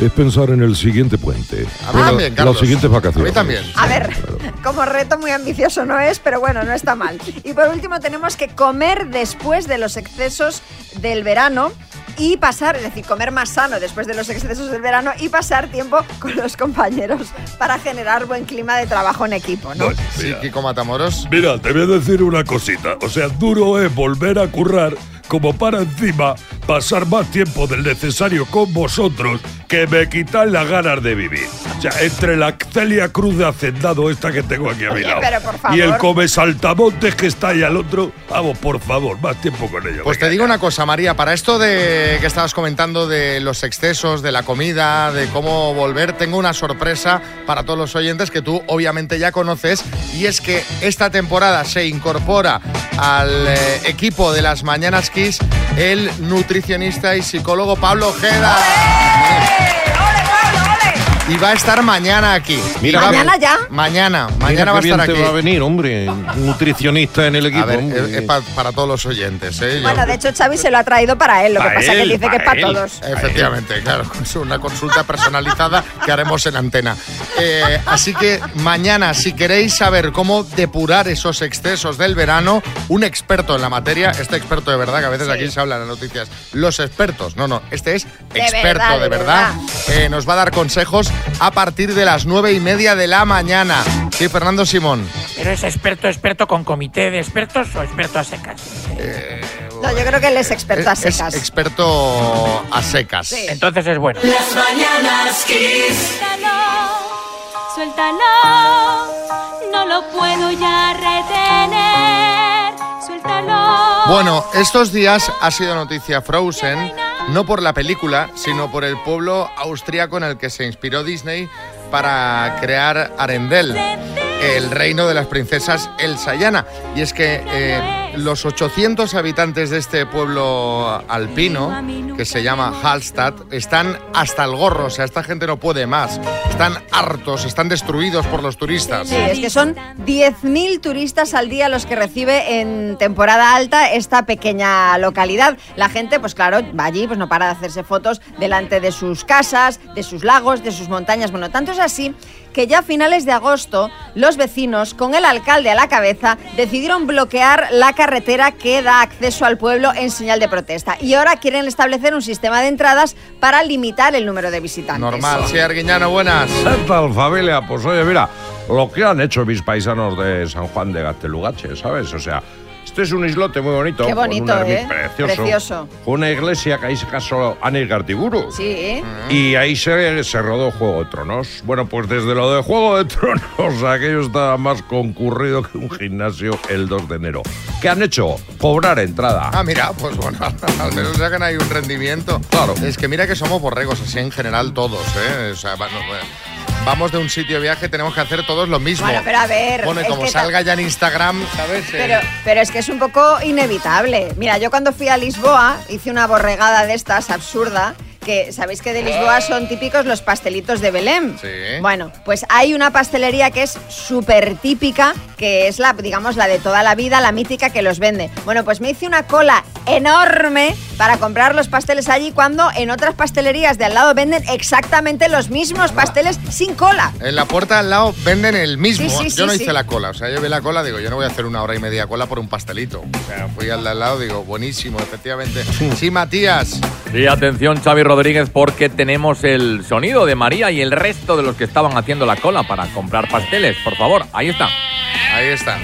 S13: es pensar en el siguiente puente.
S3: A mí también, Carlos.
S13: Las siguientes vacaciones.
S3: A mí también.
S5: A ver, como reto muy ambicioso no es, pero bueno, no está mal. Y por último tenemos que comer después de los excesos del verano y pasar, es decir, comer más sano después de los excesos del verano y pasar tiempo con los compañeros para generar buen clima de trabajo en equipo, ¿no?
S3: Sí, Kiko Matamoros.
S4: Pues Mira, te voy a decir una cosita. O sea, duro es volver a currar como para encima pasar más tiempo del necesario con vosotros que me quitan las ganas de vivir. O sea, entre la Celia Cruz de Hacendado esta que tengo aquí a mi
S5: Oye,
S4: lado
S5: pero por favor.
S4: y el come saltamontes que está ahí al otro, vamos, por favor, más tiempo con ellos.
S3: Pues te digo una cosa, María, para esto de que estabas comentando de los excesos, de la comida, de cómo volver, tengo una sorpresa para todos los oyentes que tú obviamente ya conoces y es que esta temporada se incorpora al eh, equipo de las Mañanas Kiss el nutricionista y psicólogo Pablo Ojeda. Y va a estar mañana aquí.
S16: Mira, ¿Mañana
S3: Va-
S5: ya?
S3: Mañana, mañana
S16: Mira qué
S3: va a estar
S16: bien te
S3: aquí.
S16: va a venir, hombre, un nutricionista en el equipo.
S3: A ver,
S16: hombre.
S3: es, es pa- para todos los oyentes, ¿eh? Yo-
S5: Bueno, de hecho Xavi se lo ha traído para él, lo que
S3: Pa'
S5: pasa que
S3: él,
S5: dice
S3: pa'
S5: que es para
S3: él.
S5: todos.
S3: Efectivamente, claro, es una consulta personalizada que haremos en antena. Eh, así que mañana, si queréis saber cómo depurar esos excesos del verano, un experto en la materia, este experto de verdad, que a veces aquí se habla en las noticias, los expertos, no, no, este es
S6: De
S3: experto
S6: verdad,
S3: de
S6: de
S3: verdad, eh, nos va a dar consejos a partir de las nueve y media de la mañana. Sí, Fernando Simón.
S6: Pero es experto, experto con comité de expertos o experto a secas.
S3: Eh,
S5: No, yo creo que él es experto a
S3: Es- es
S5: secas.
S3: experto a secas.
S6: Entonces es bueno.
S1: Las mañanas Kiss.
S26: Suéltalo, no lo puedo ya retener. Suéltalo.
S3: Bueno, estos días ha sido noticia Frozen, no por la película, sino por el pueblo austríaco en el que se inspiró Disney para crear Arendelle, el reino de las princesas Elsa y Anna. Y es que eh, los 800 habitantes de este pueblo alpino, que se llama Hallstatt, están hasta el gorro, o sea, esta gente no puede más. Están hartos, están destruidos por los turistas.
S5: Sí, es que son 10.000 turistas al día los que recibe en temporada alta esta pequeña localidad. La gente, pues claro, va allí, pues no para de hacerse fotos delante de sus casas, de sus lagos, de sus montañas. Bueno, tanto es así que ya a finales de agosto los vecinos, con el alcalde a la cabeza, decidieron bloquear la carretera que da acceso al pueblo en señal de protesta. Y ahora quieren establecer un sistema de entradas para limitar el número de visitantes.
S3: Normal, sí, Arguiñano, buenas.
S10: ¿Qué tal, familia? Pues oye, mira, lo que han hecho mis paisanos de San Juan de Gatelugache, ¿sabes? O sea, este es un islote muy bonito.
S5: Qué
S10: con
S5: bonito,
S10: un ermit
S5: ¿eh?
S10: Precioso.
S5: Precioso.
S10: Con Una iglesia que ahí se casó Anel Gartiburu.
S5: Sí, ¿eh?
S10: Y ahí se, se rodó Juego de Tronos. Bueno, pues desde lo de Juego de Tronos, aquello estaba más concurrido que un gimnasio el 2 de enero. ¿Qué han hecho? Cobrar entrada.
S3: Ah, mira, pues bueno, al menos sacan ahí un rendimiento. Claro. Es que mira que somos borregos, así en general todos, ¿eh? O sea, va- no, bueno, vamos de un sitio de viaje, tenemos que hacer todos lo mismo.
S5: Bueno, pero a ver,
S3: Bueno, y
S5: es
S3: como
S5: que ta-
S3: salga ya en Instagram, ¿sabes? Eh,
S5: Pero, pero es que es un poco inevitable. Mira, yo cuando fui a Lisboa hice una borregada de estas absurda. Que sabéis que de Lisboa son típicos los pastelitos de Belén.
S3: Sí.
S5: Bueno, pues hay una pastelería que es súper típica, que es la, digamos, la de toda la vida, la mítica que los vende. Bueno, pues me hice una cola enorme para comprar los pasteles allí cuando en otras pastelerías de al lado venden exactamente los mismos pasteles sin cola.
S3: En la puerta al lado venden el mismo.
S5: Sí, sí,
S3: yo
S5: sí,
S3: no
S5: sí.
S3: hice la cola. O sea, yo vi la cola, digo, yo no voy a hacer una hora y media cola por un pastelito. O sea, fui al de al lado, digo, buenísimo, efectivamente. Sí, Matías.
S12: Y atención, Xavi Rodríguez, porque tenemos el sonido de María y el resto de los que estaban haciendo la cola para comprar pasteles. Por favor, ahí está.
S3: Ahí está.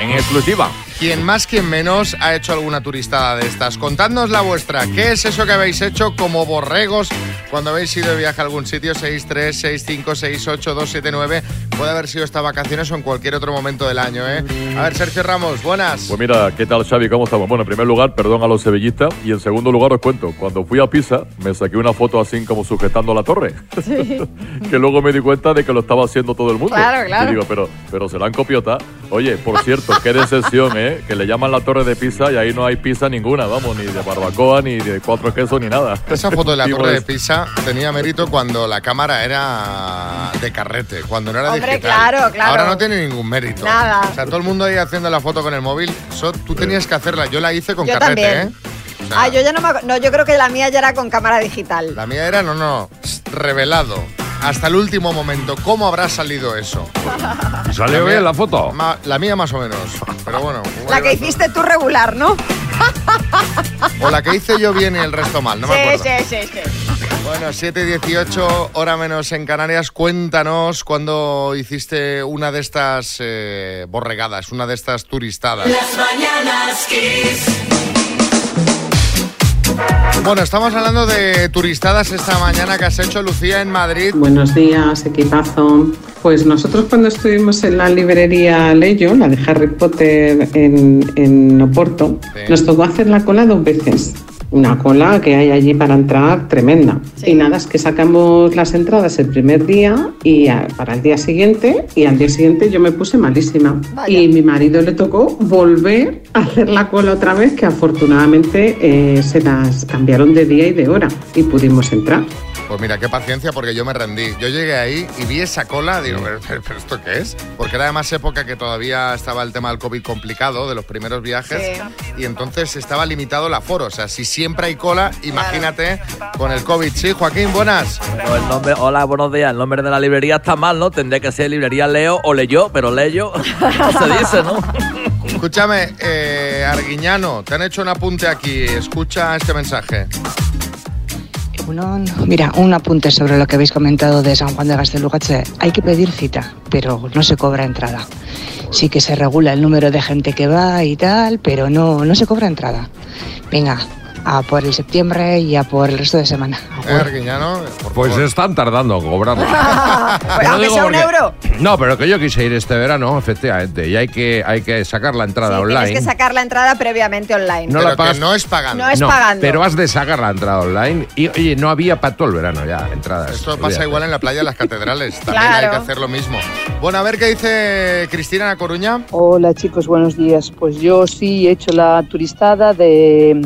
S12: En exclusiva.
S3: Quien más, quien menos ha hecho alguna turistada de estas. Contadnos la vuestra. ¿Qué es eso que habéis hecho como borregos cuando habéis ido de viaje a algún sitio? 636568279. Puede haber sido estas vacaciones o en cualquier otro momento del año, ¿eh? A ver, Sergio Ramos, buenas.
S27: Pues mira, ¿qué tal Xavi? ¿Cómo estamos? Bueno, en primer lugar, perdón a los sevillistas y en segundo lugar os cuento, cuando fui a Pisa me saqué una foto así como sujetando la torre, que luego me di cuenta de que lo estaba haciendo todo el mundo.
S5: Claro, claro.
S27: Y digo, pero, pero serán copiotas. Oye, por cierto, qué decepción, ¿eh? Que le llaman la torre de Pisa y ahí no hay pizza ninguna, vamos, ni de barbacoa, ni de cuatro quesos, ni nada. pues,
S3: Esa foto de la
S27: Digo,
S3: Torre de
S27: es-
S3: Pisa tenía mérito cuando la cámara era de carrete, cuando no era
S5: Hombre,
S3: digital.
S5: claro, claro.
S3: Ahora no tiene ningún mérito.
S5: Nada.
S3: O sea, todo el mundo ahí haciendo la foto con el móvil. Eso tú tenías que hacerla. Yo la hice con
S5: Yo
S3: carrete,
S5: también.
S3: ¿eh? O sea,
S5: Ah, yo ya no me acu- No, yo creo que la mía ya era con cámara digital.
S3: La mía era, no, no, revelado. Hasta el último momento. ¿Cómo habrá salido eso?
S10: ¿Salió bien la foto?
S3: Ma- la mía más o menos. Pero bueno.
S5: La que hiciste tú regular, ¿no?
S3: O la que hice yo bien y el resto mal. No me acuerdo.
S5: sí, sí, sí, sí.
S3: Bueno, 7 y 18, hora menos en Canarias. Cuéntanos cuándo hiciste una de estas eh, borregadas, una de estas turistadas.
S1: Las mañanas Kiss.
S3: Bueno, estamos hablando de turistadas esta mañana que has hecho, Lucía, en Madrid.
S28: Buenos días, equipazo. Pues nosotros cuando estuvimos en la librería Leyo, la de Harry Potter en, en Oporto, nos tocó hacer la cola dos veces. Una cola que hay allí para entrar tremenda. Y nada, es que sacamos las entradas el primer día y a- para el día siguiente, y al día siguiente yo me puse malísima. Y mi marido le tocó volver a hacer la cola otra vez, que afortunadamente eh, se las cambiaron de día y de hora y pudimos entrar.
S3: Pues mira, qué paciencia porque yo me rendí. Yo llegué ahí y vi esa cola, digo, ¿pero, pero- pero esto qué es? Porque era además época que todavía estaba el tema del COVID complicado, de los primeros viajes, y entonces estaba limitado el aforo. O sea, si siempre hay cola, imagínate con el COVID. Sí, Joaquín, buenas.
S12: Pero el nombre, hola, buenos días. El nombre de la librería está mal, ¿no? Tendría que ser librería Leo o Leyó, pero Leyo no se dice, ¿no?
S3: Escúchame, eh, Arguiñano, te han hecho un apunte aquí. Escucha este mensaje.
S14: Bueno, no, mira, un apunte sobre lo que habéis comentado de San Juan de Gastelugatxe. Hay que pedir cita, pero no se cobra entrada. Sí que se regula el número de gente que va y tal, pero no, no se cobra entrada. Venga, a por el septiembre y a por el resto de semana.
S3: Eh, Arguiñano,
S10: Pues están tardando en cobrarla.
S5: Pues, aunque sea un euro.
S10: No, pero que yo quise ir este verano, efectivamente, y hay que, hay que sacar la entrada online.
S5: Tienes que sacar la entrada previamente online.
S10: No la pagas.
S3: no es pagando.
S5: No es pagando.
S10: Pero has de sacar la entrada online. Y oye, no había para todo el verano ya entradas.
S3: Esto pasa igual en la playa de las catedrales. También
S10: Claro.
S3: hay que hacer lo mismo. Bueno, a ver qué dice Cristina en La Coruña.
S17: Hola chicos, buenos días. Pues yo sí he hecho la turistada de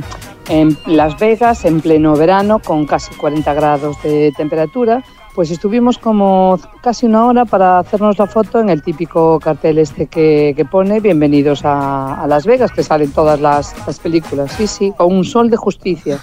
S17: en Las Vegas en pleno verano con casi 40 grados de temperatura. Pues estuvimos como casi una hora para hacernos la foto en el típico cartel este que, que pone Bienvenidos a, a Las Vegas, que salen todas las, las películas. Sí, sí, con un sol de justicia.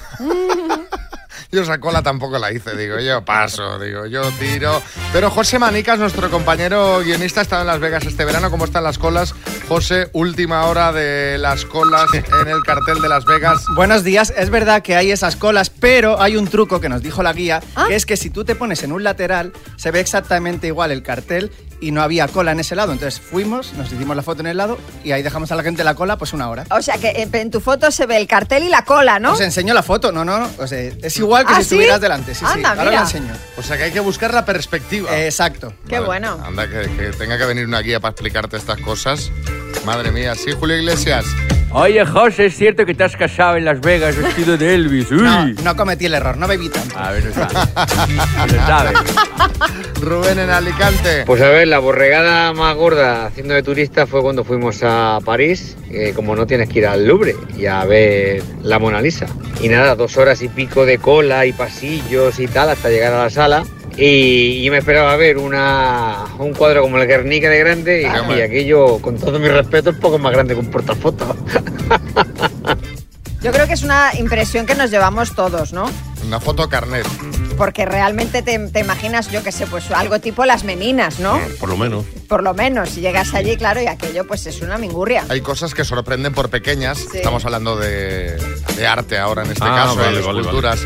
S3: Yo esa cola tampoco la hice, digo, yo paso, digo, yo tiro. Pero José Manicas, nuestro compañero guionista, ha estado en Las Vegas este verano. ¿Cómo están las colas? José, última hora de las colas en el cartel de Las Vegas.
S18: Buenos días, es verdad que hay esas colas, pero hay un truco que nos dijo la guía,
S5: Ah.
S18: que es que si tú te pones en un lateral, se ve exactamente igual el cartel y no había cola en ese lado. Entonces fuimos, nos hicimos la foto en el lado y ahí dejamos a la gente la cola pues una hora.
S5: O sea que en en tu foto se ve el cartel y la cola, ¿no?
S18: Os enseño la foto, no, no, no, o sea, es igual que
S5: ¿Ah,
S18: si
S5: sí?
S18: estuvieras delante, sí, sí,
S5: Anda,
S18: ahora
S5: mira.
S18: lo enseño.
S3: O sea que hay que buscar la perspectiva.
S18: Exacto.
S5: Qué
S3: Madre-
S5: bueno.
S3: Anda, que, que tenga que venir una guía para explicarte estas cosas. Madre mía, sí, Julio Iglesias.
S12: Oye, José, es cierto que te has casado en Las Vegas vestido de Elvis. Uy.
S18: No, no cometí el error, no bebí tanto.
S12: A ver, Se sabe.
S3: Rubén en Alicante.
S19: Pues a ver, la borregada más gorda haciendo de turista fue cuando fuimos a París, eh, como no tienes que ir al Louvre y a ver la Mona Lisa. Y nada, dos horas y pico de cola y pasillos y tal hasta llegar a la sala. Y yo me esperaba ver una, un cuadro como el Guernica de grande y, y aquello, con todo mi respeto, es poco más grande que un portafotos.
S5: Yo creo que es una impresión que nos llevamos todos, ¿no?
S3: Una foto carnet.
S5: Porque realmente te, te imaginas, yo qué sé, pues algo tipo las meninas, ¿no?
S3: Por lo menos.
S5: Por lo menos, si llegas allí, claro, y aquello pues es una mingurria.
S3: Hay cosas que sorprenden por pequeñas. Estamos hablando de, de arte ahora en este
S16: Ah,
S3: caso,
S16: vale,
S3: de
S16: vale,
S3: esculturas.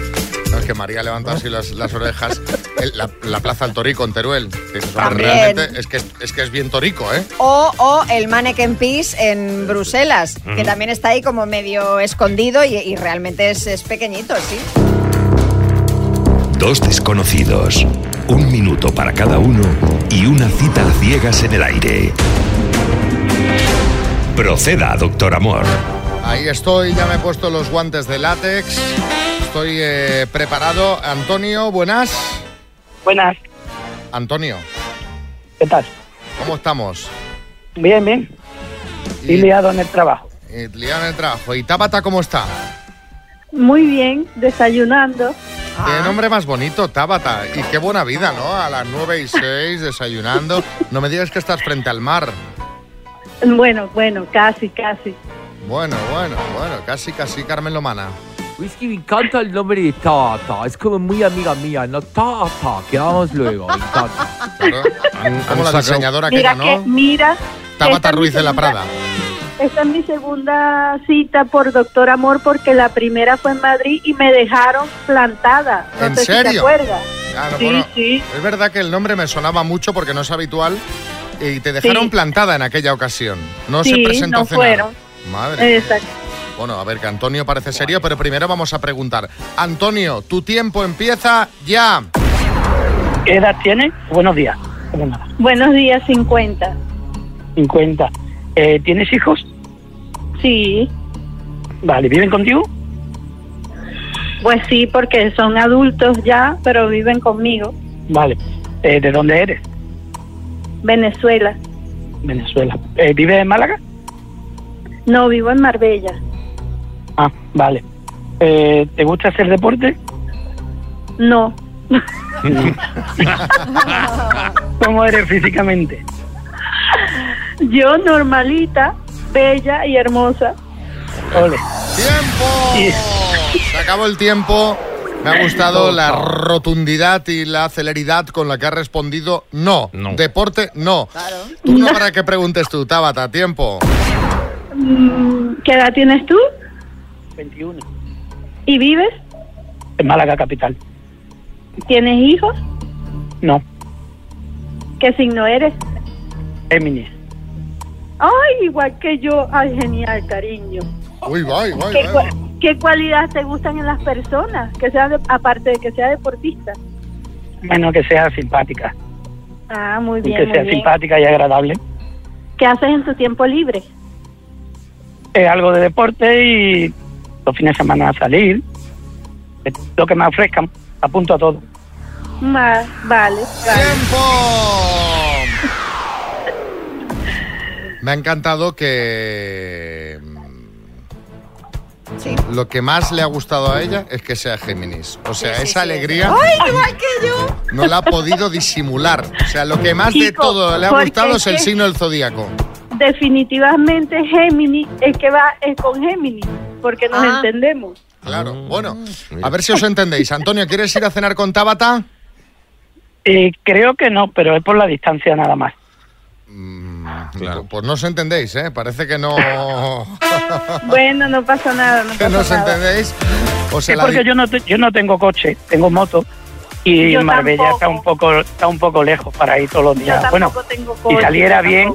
S3: No, es que María levanta así las, las orejas. El- la, la Plaza del Torico en Teruel. Que dices, hombre,
S5: También.
S3: realmente es que es, es que es bien torico, ¿eh?
S5: O, o el Mannequin Peace en Bruselas, que
S3: Ujú.
S5: también está ahí como medio escondido y, y realmente es, es pequeñito, sí.
S25: Dos desconocidos, un minuto para cada uno y una cita a ciegas en el aire. Proceda, doctor Amor.
S3: Ahí estoy, ya me he puesto los guantes de látex. Estoy eh, preparado. Antonio, buenas.
S2: Buenas.
S3: Antonio.
S2: ¿Qué tal?
S3: ¿Cómo estamos?
S2: Bien, bien.
S3: Y-
S2: Y liado en el trabajo.
S3: Eh, liado en el trabajo. ¿Y Tabata cómo está?
S2: Muy bien, desayunando. Ah.
S3: Qué nombre más bonito, Tabata. Y qué buena vida, ¿no? A las 9 y 6 desayunando. No me digas que estás frente al mar.
S2: Bueno, bueno, casi, casi.
S3: Bueno, bueno, bueno. Casi, casi Carmen Lomana.
S12: Es que me encanta el nombre de Tata. Es como muy amiga mía, ¿no? Tata. Quedamos luego. Me encanta.
S3: Como la diseñadora que
S2: mira
S3: ganó.
S2: que, mira,
S3: Tabata Ruiz de la Prada.
S2: esta es mi segunda cita por Doctor Amor porque la primera fue en Madrid y me dejaron plantada. No
S3: ¿En
S2: sé Si te
S3: serio?
S2: acuerdas.
S3: Ah, no,
S2: Sí,
S3: bueno, Es verdad que el nombre me sonaba mucho porque no es habitual. Y te dejaron
S2: Sí.
S3: plantada en aquella ocasión. No se
S2: Sí,
S3: presentó
S2: no
S3: a cenar.
S2: fueron.
S3: Madre.
S2: Exacto.
S3: Bueno, a ver, que Antonio parece serio, pero primero vamos a preguntar. Antonio, tu tiempo empieza ya.
S2: ¿Qué edad tiene? Buenos días. Buenos días, 50.
S7: 50. Eh, ¿Tienes hijos?
S2: Sí,
S7: Vale, ¿viven contigo?
S2: pues sí, porque son adultos ya, pero viven conmigo.
S7: Vale. Eh, ¿De dónde eres?
S2: Venezuela.
S7: Venezuela. Eh, ¿Vives en Málaga?
S2: No, vivo en Marbella.
S7: Ah, vale. Eh, ¿Te gusta hacer deporte?
S2: No,
S7: ¿Cómo eres físicamente?
S2: yo normalita, bella y hermosa.
S3: Se acabó el tiempo. Me ha gustado la rotundidad y la celeridad con la que has respondido no. Deporte, no. Tú no para que preguntes tú, Tabata, tiempo.
S2: Mm, ¿Qué edad tienes tú?
S7: 21.
S2: ¿Y vives?
S7: En Málaga capital.
S2: ¿Tienes hijos?
S7: No.
S2: ¿Qué signo eres?
S7: Géminis.
S2: Ay, igual que yo. Ay, genial, cariño.
S3: Uy, va, va,
S2: ¿Qué,
S3: va.
S2: cua- qué cualidades te gustan en las personas? Que sean, de- aparte de que sea deportista.
S7: Bueno, que sea simpática.
S2: Ah, muy
S7: que
S2: bien, muy
S7: sea
S2: bien.
S7: simpática y agradable.
S2: ¿Qué haces en tu tiempo libre?
S7: Eh, algo de deporte y los fines de semana salir. Eh, Lo que me ofrezcan, apunto a todo.
S2: Ma- vale,
S3: ¡Tiempo! Me ha encantado que... mm, Lo que más le ha gustado a ella es que sea Géminis. O sea, esa alegría
S1: ¡Ay, igual que yo!
S3: no la ha podido disimular. O sea, lo que más de
S2: Chico,
S3: todo le ha
S2: porque
S3: gustado
S2: es
S3: es el
S2: que-
S3: signo del zodíaco.
S2: Definitivamente Géminis es que va es con Géminis, porque
S7: Ah.
S2: nos entendemos.
S3: Claro, bueno, a ver si os entendéis. Antonio, ¿quieres ir a cenar con Tabata?
S7: Eh, creo que no, pero es por la distancia nada más.
S3: Claro. Pues no os entendéis, ¿eh? Parece que no...
S2: Bueno, no pasa nada, no
S3: que
S2: pasa
S3: no os
S2: nada.
S3: entendéis. O sea,
S7: Es
S3: la
S7: porque yo no, te- yo no tengo coche, tengo moto. Y
S2: Yo
S7: Marbella está un poco está un poco lejos para ir todos los días.
S2: Yo
S7: Bueno,
S2: tampoco tengo
S7: si
S2: coche,
S7: saliera
S2: yo
S7: bien,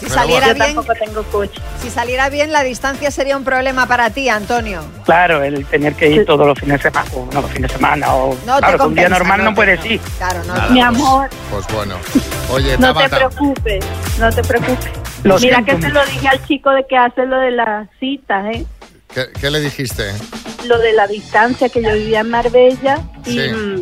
S5: Si saliera
S2: Yo
S5: bien,
S2: tampoco tengo coche.
S5: si saliera bien, la distancia sería un problema para ti, Antonio.
S7: claro, el tener que ir todos los fines de semana, o no, los fines de semana, o
S5: No te
S7: claro, que un día
S5: compensa,
S7: normal
S5: no
S7: no,
S5: te-
S7: puedes ir.
S5: Claro, no.
S3: Nada,
S2: Mi
S3: pues-
S2: amor.
S3: Pues bueno. Oye,
S2: No te
S3: Tabata.
S2: preocupes, no te preocupes.
S3: Lo
S2: Mira
S3: siento
S2: que se lo dije al chico de que hace lo de las citas, ¿eh?
S3: ¿Qué, qué le dijiste?
S2: Lo de la distancia, que yo vivía en Marbella y
S3: Sí.
S2: mm,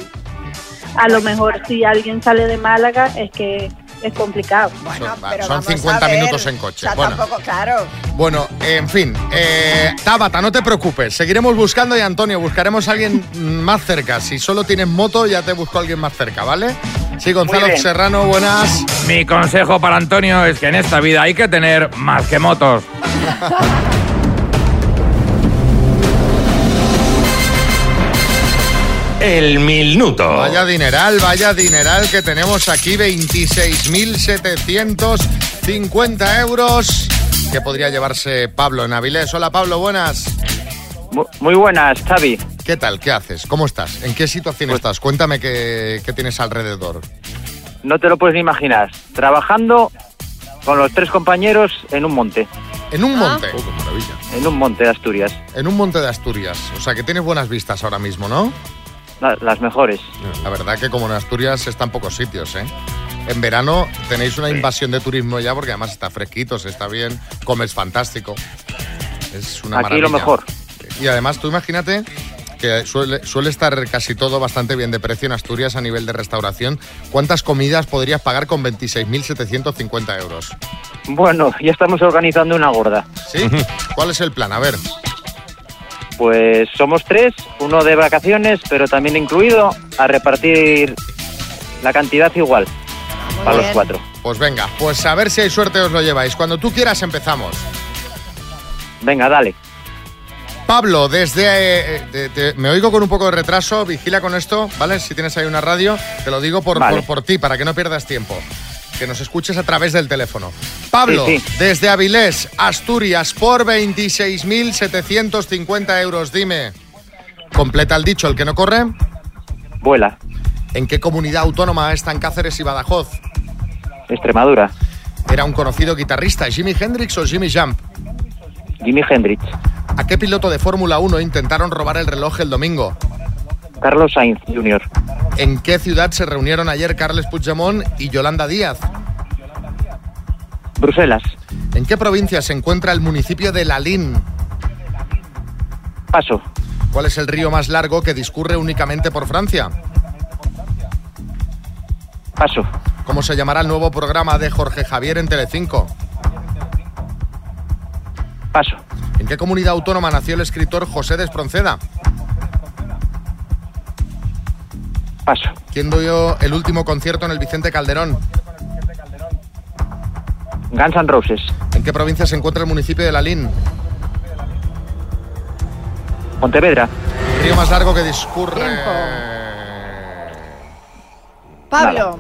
S2: a lo mejor si alguien sale de Málaga es que es complicado.
S3: son va, son 50 minutos en coche. bueno,
S5: Oh, claro.
S3: bueno, en fin. eh, Tabata, no te preocupes. Seguiremos buscando y Antonio, buscaremos a alguien más cerca. Si solo tienes moto, ya te busco a alguien más cerca, ¿vale? Sí, Gonzalo
S12: bien.
S3: Serrano, buenas.
S12: Mi consejo para Antonio es que en esta vida hay que tener más que motos.
S25: El minuto.
S3: Vaya dineral, vaya dineral que tenemos aquí, 26.750 euros que podría llevarse Pablo en Avilés. Hola Pablo, buenas.
S8: Muy buenas, Xavi. Pues
S3: ¿Qué tal? ¿Qué haces? ¿Cómo estás? ¿En qué situación estás? Cuéntame qué, qué tienes alrededor.
S8: No te lo puedes ni imaginar. Trabajando con los tres compañeros en un monte.
S3: En un monte.
S8: En un monte de Asturias.
S3: En un monte de Asturias. O sea que tienes buenas vistas ahora mismo, ¿no?
S8: La- las mejores.
S3: La verdad que como en Asturias están pocos sitios, ¿eh? En verano tenéis una invasión de turismo ya porque además está fresquito, se está bien, comes fantástico. Es una
S8: Aquí lo
S3: maravilla.
S8: mejor.
S3: Y además tú imagínate que suele, suele estar casi todo bastante bien de precio en Asturias a nivel de restauración. ¿Cuántas comidas podrías pagar con 26.750 euros?
S8: Bueno, ya estamos organizando una gorda.
S3: ¿Sí? ¿Cuál es el plan? A ver.
S8: Pues somos tres, uno de vacaciones, pero también incluido, a repartir la cantidad igual para los
S3: bien.
S8: cuatro.
S3: Pues venga, pues a ver si hay suerte os lo lleváis. Cuando tú quieras empezamos.
S8: Venga, dale.
S3: Pablo, desde... eh, eh, te- te- me oigo con un poco de retraso, vigila con esto, ¿vale? Si tienes ahí una radio, te lo digo por,
S8: Vale.
S3: por, por ti, para que no pierdas tiempo. Que nos escuches a través del teléfono. Pablo,
S8: Sí,
S3: desde Avilés, Asturias, por 26.750 euros, dime. Completa el dicho, el que no corre.
S8: Vuela,
S3: ¿En qué comunidad autónoma están Cáceres y Badajoz?
S8: Extremadura,
S3: ¿Era un conocido guitarrista, Jimi Hendrix o Jimmy Jump?
S8: Jimi Hendrix,
S3: ¿A qué piloto de Fórmula 1 intentaron robar el reloj el domingo?
S8: Carlos Sainz Jr.,
S3: ¿En qué ciudad se reunieron ayer Carles Puigdemont y Yolanda Díaz?
S8: Bruselas,
S3: ¿En qué provincia se encuentra el municipio de Lalín?
S8: Paso,
S3: ¿Cuál es el río más largo que discurre únicamente por Francia?
S8: Paso,
S3: ¿Cómo se llamará el nuevo programa de Jorge Javier en Telecinco?
S8: Paso.
S3: ¿En qué comunidad autónoma nació el escritor José Despronceda?
S8: Paso.
S3: ¿Quién dio el último concierto en el Vicente Calderón?
S8: Guns N' Roses,
S3: ¿En qué provincia se encuentra el municipio de Lalín?
S8: Pontevedra,
S3: Río más largo que discurre.
S5: Pablo,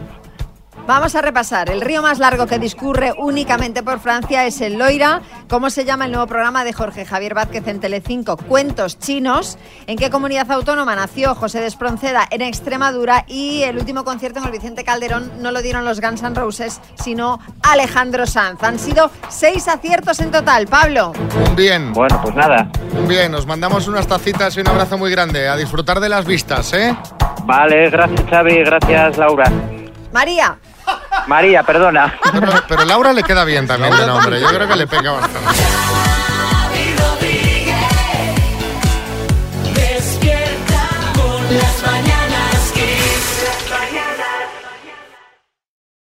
S5: vamos a repasar. El río más largo que discurre únicamente por Francia es el Loira. ¿Cómo se llama el nuevo programa de Jorge Javier Vázquez en Telecinco? Cuentos chinos. ¿En qué comunidad autónoma nació José Despronceda? En Extremadura. Y el último concierto en el Vicente Calderón no lo dieron los Guns N' Roses, sino Alejandro Sanz. Han sido seis aciertos en total, Pablo.
S3: Un bien.
S8: Bueno, pues nada.
S3: Un bien, nos mandamos unas tacitas y un abrazo muy grande. A disfrutar de las vistas, ¿eh?
S8: Vale, gracias Xavi, gracias Laura.
S5: María.
S8: María, perdona.
S3: Pero, pero Laura le queda bien también de nombre. Yo creo que le pega bastante.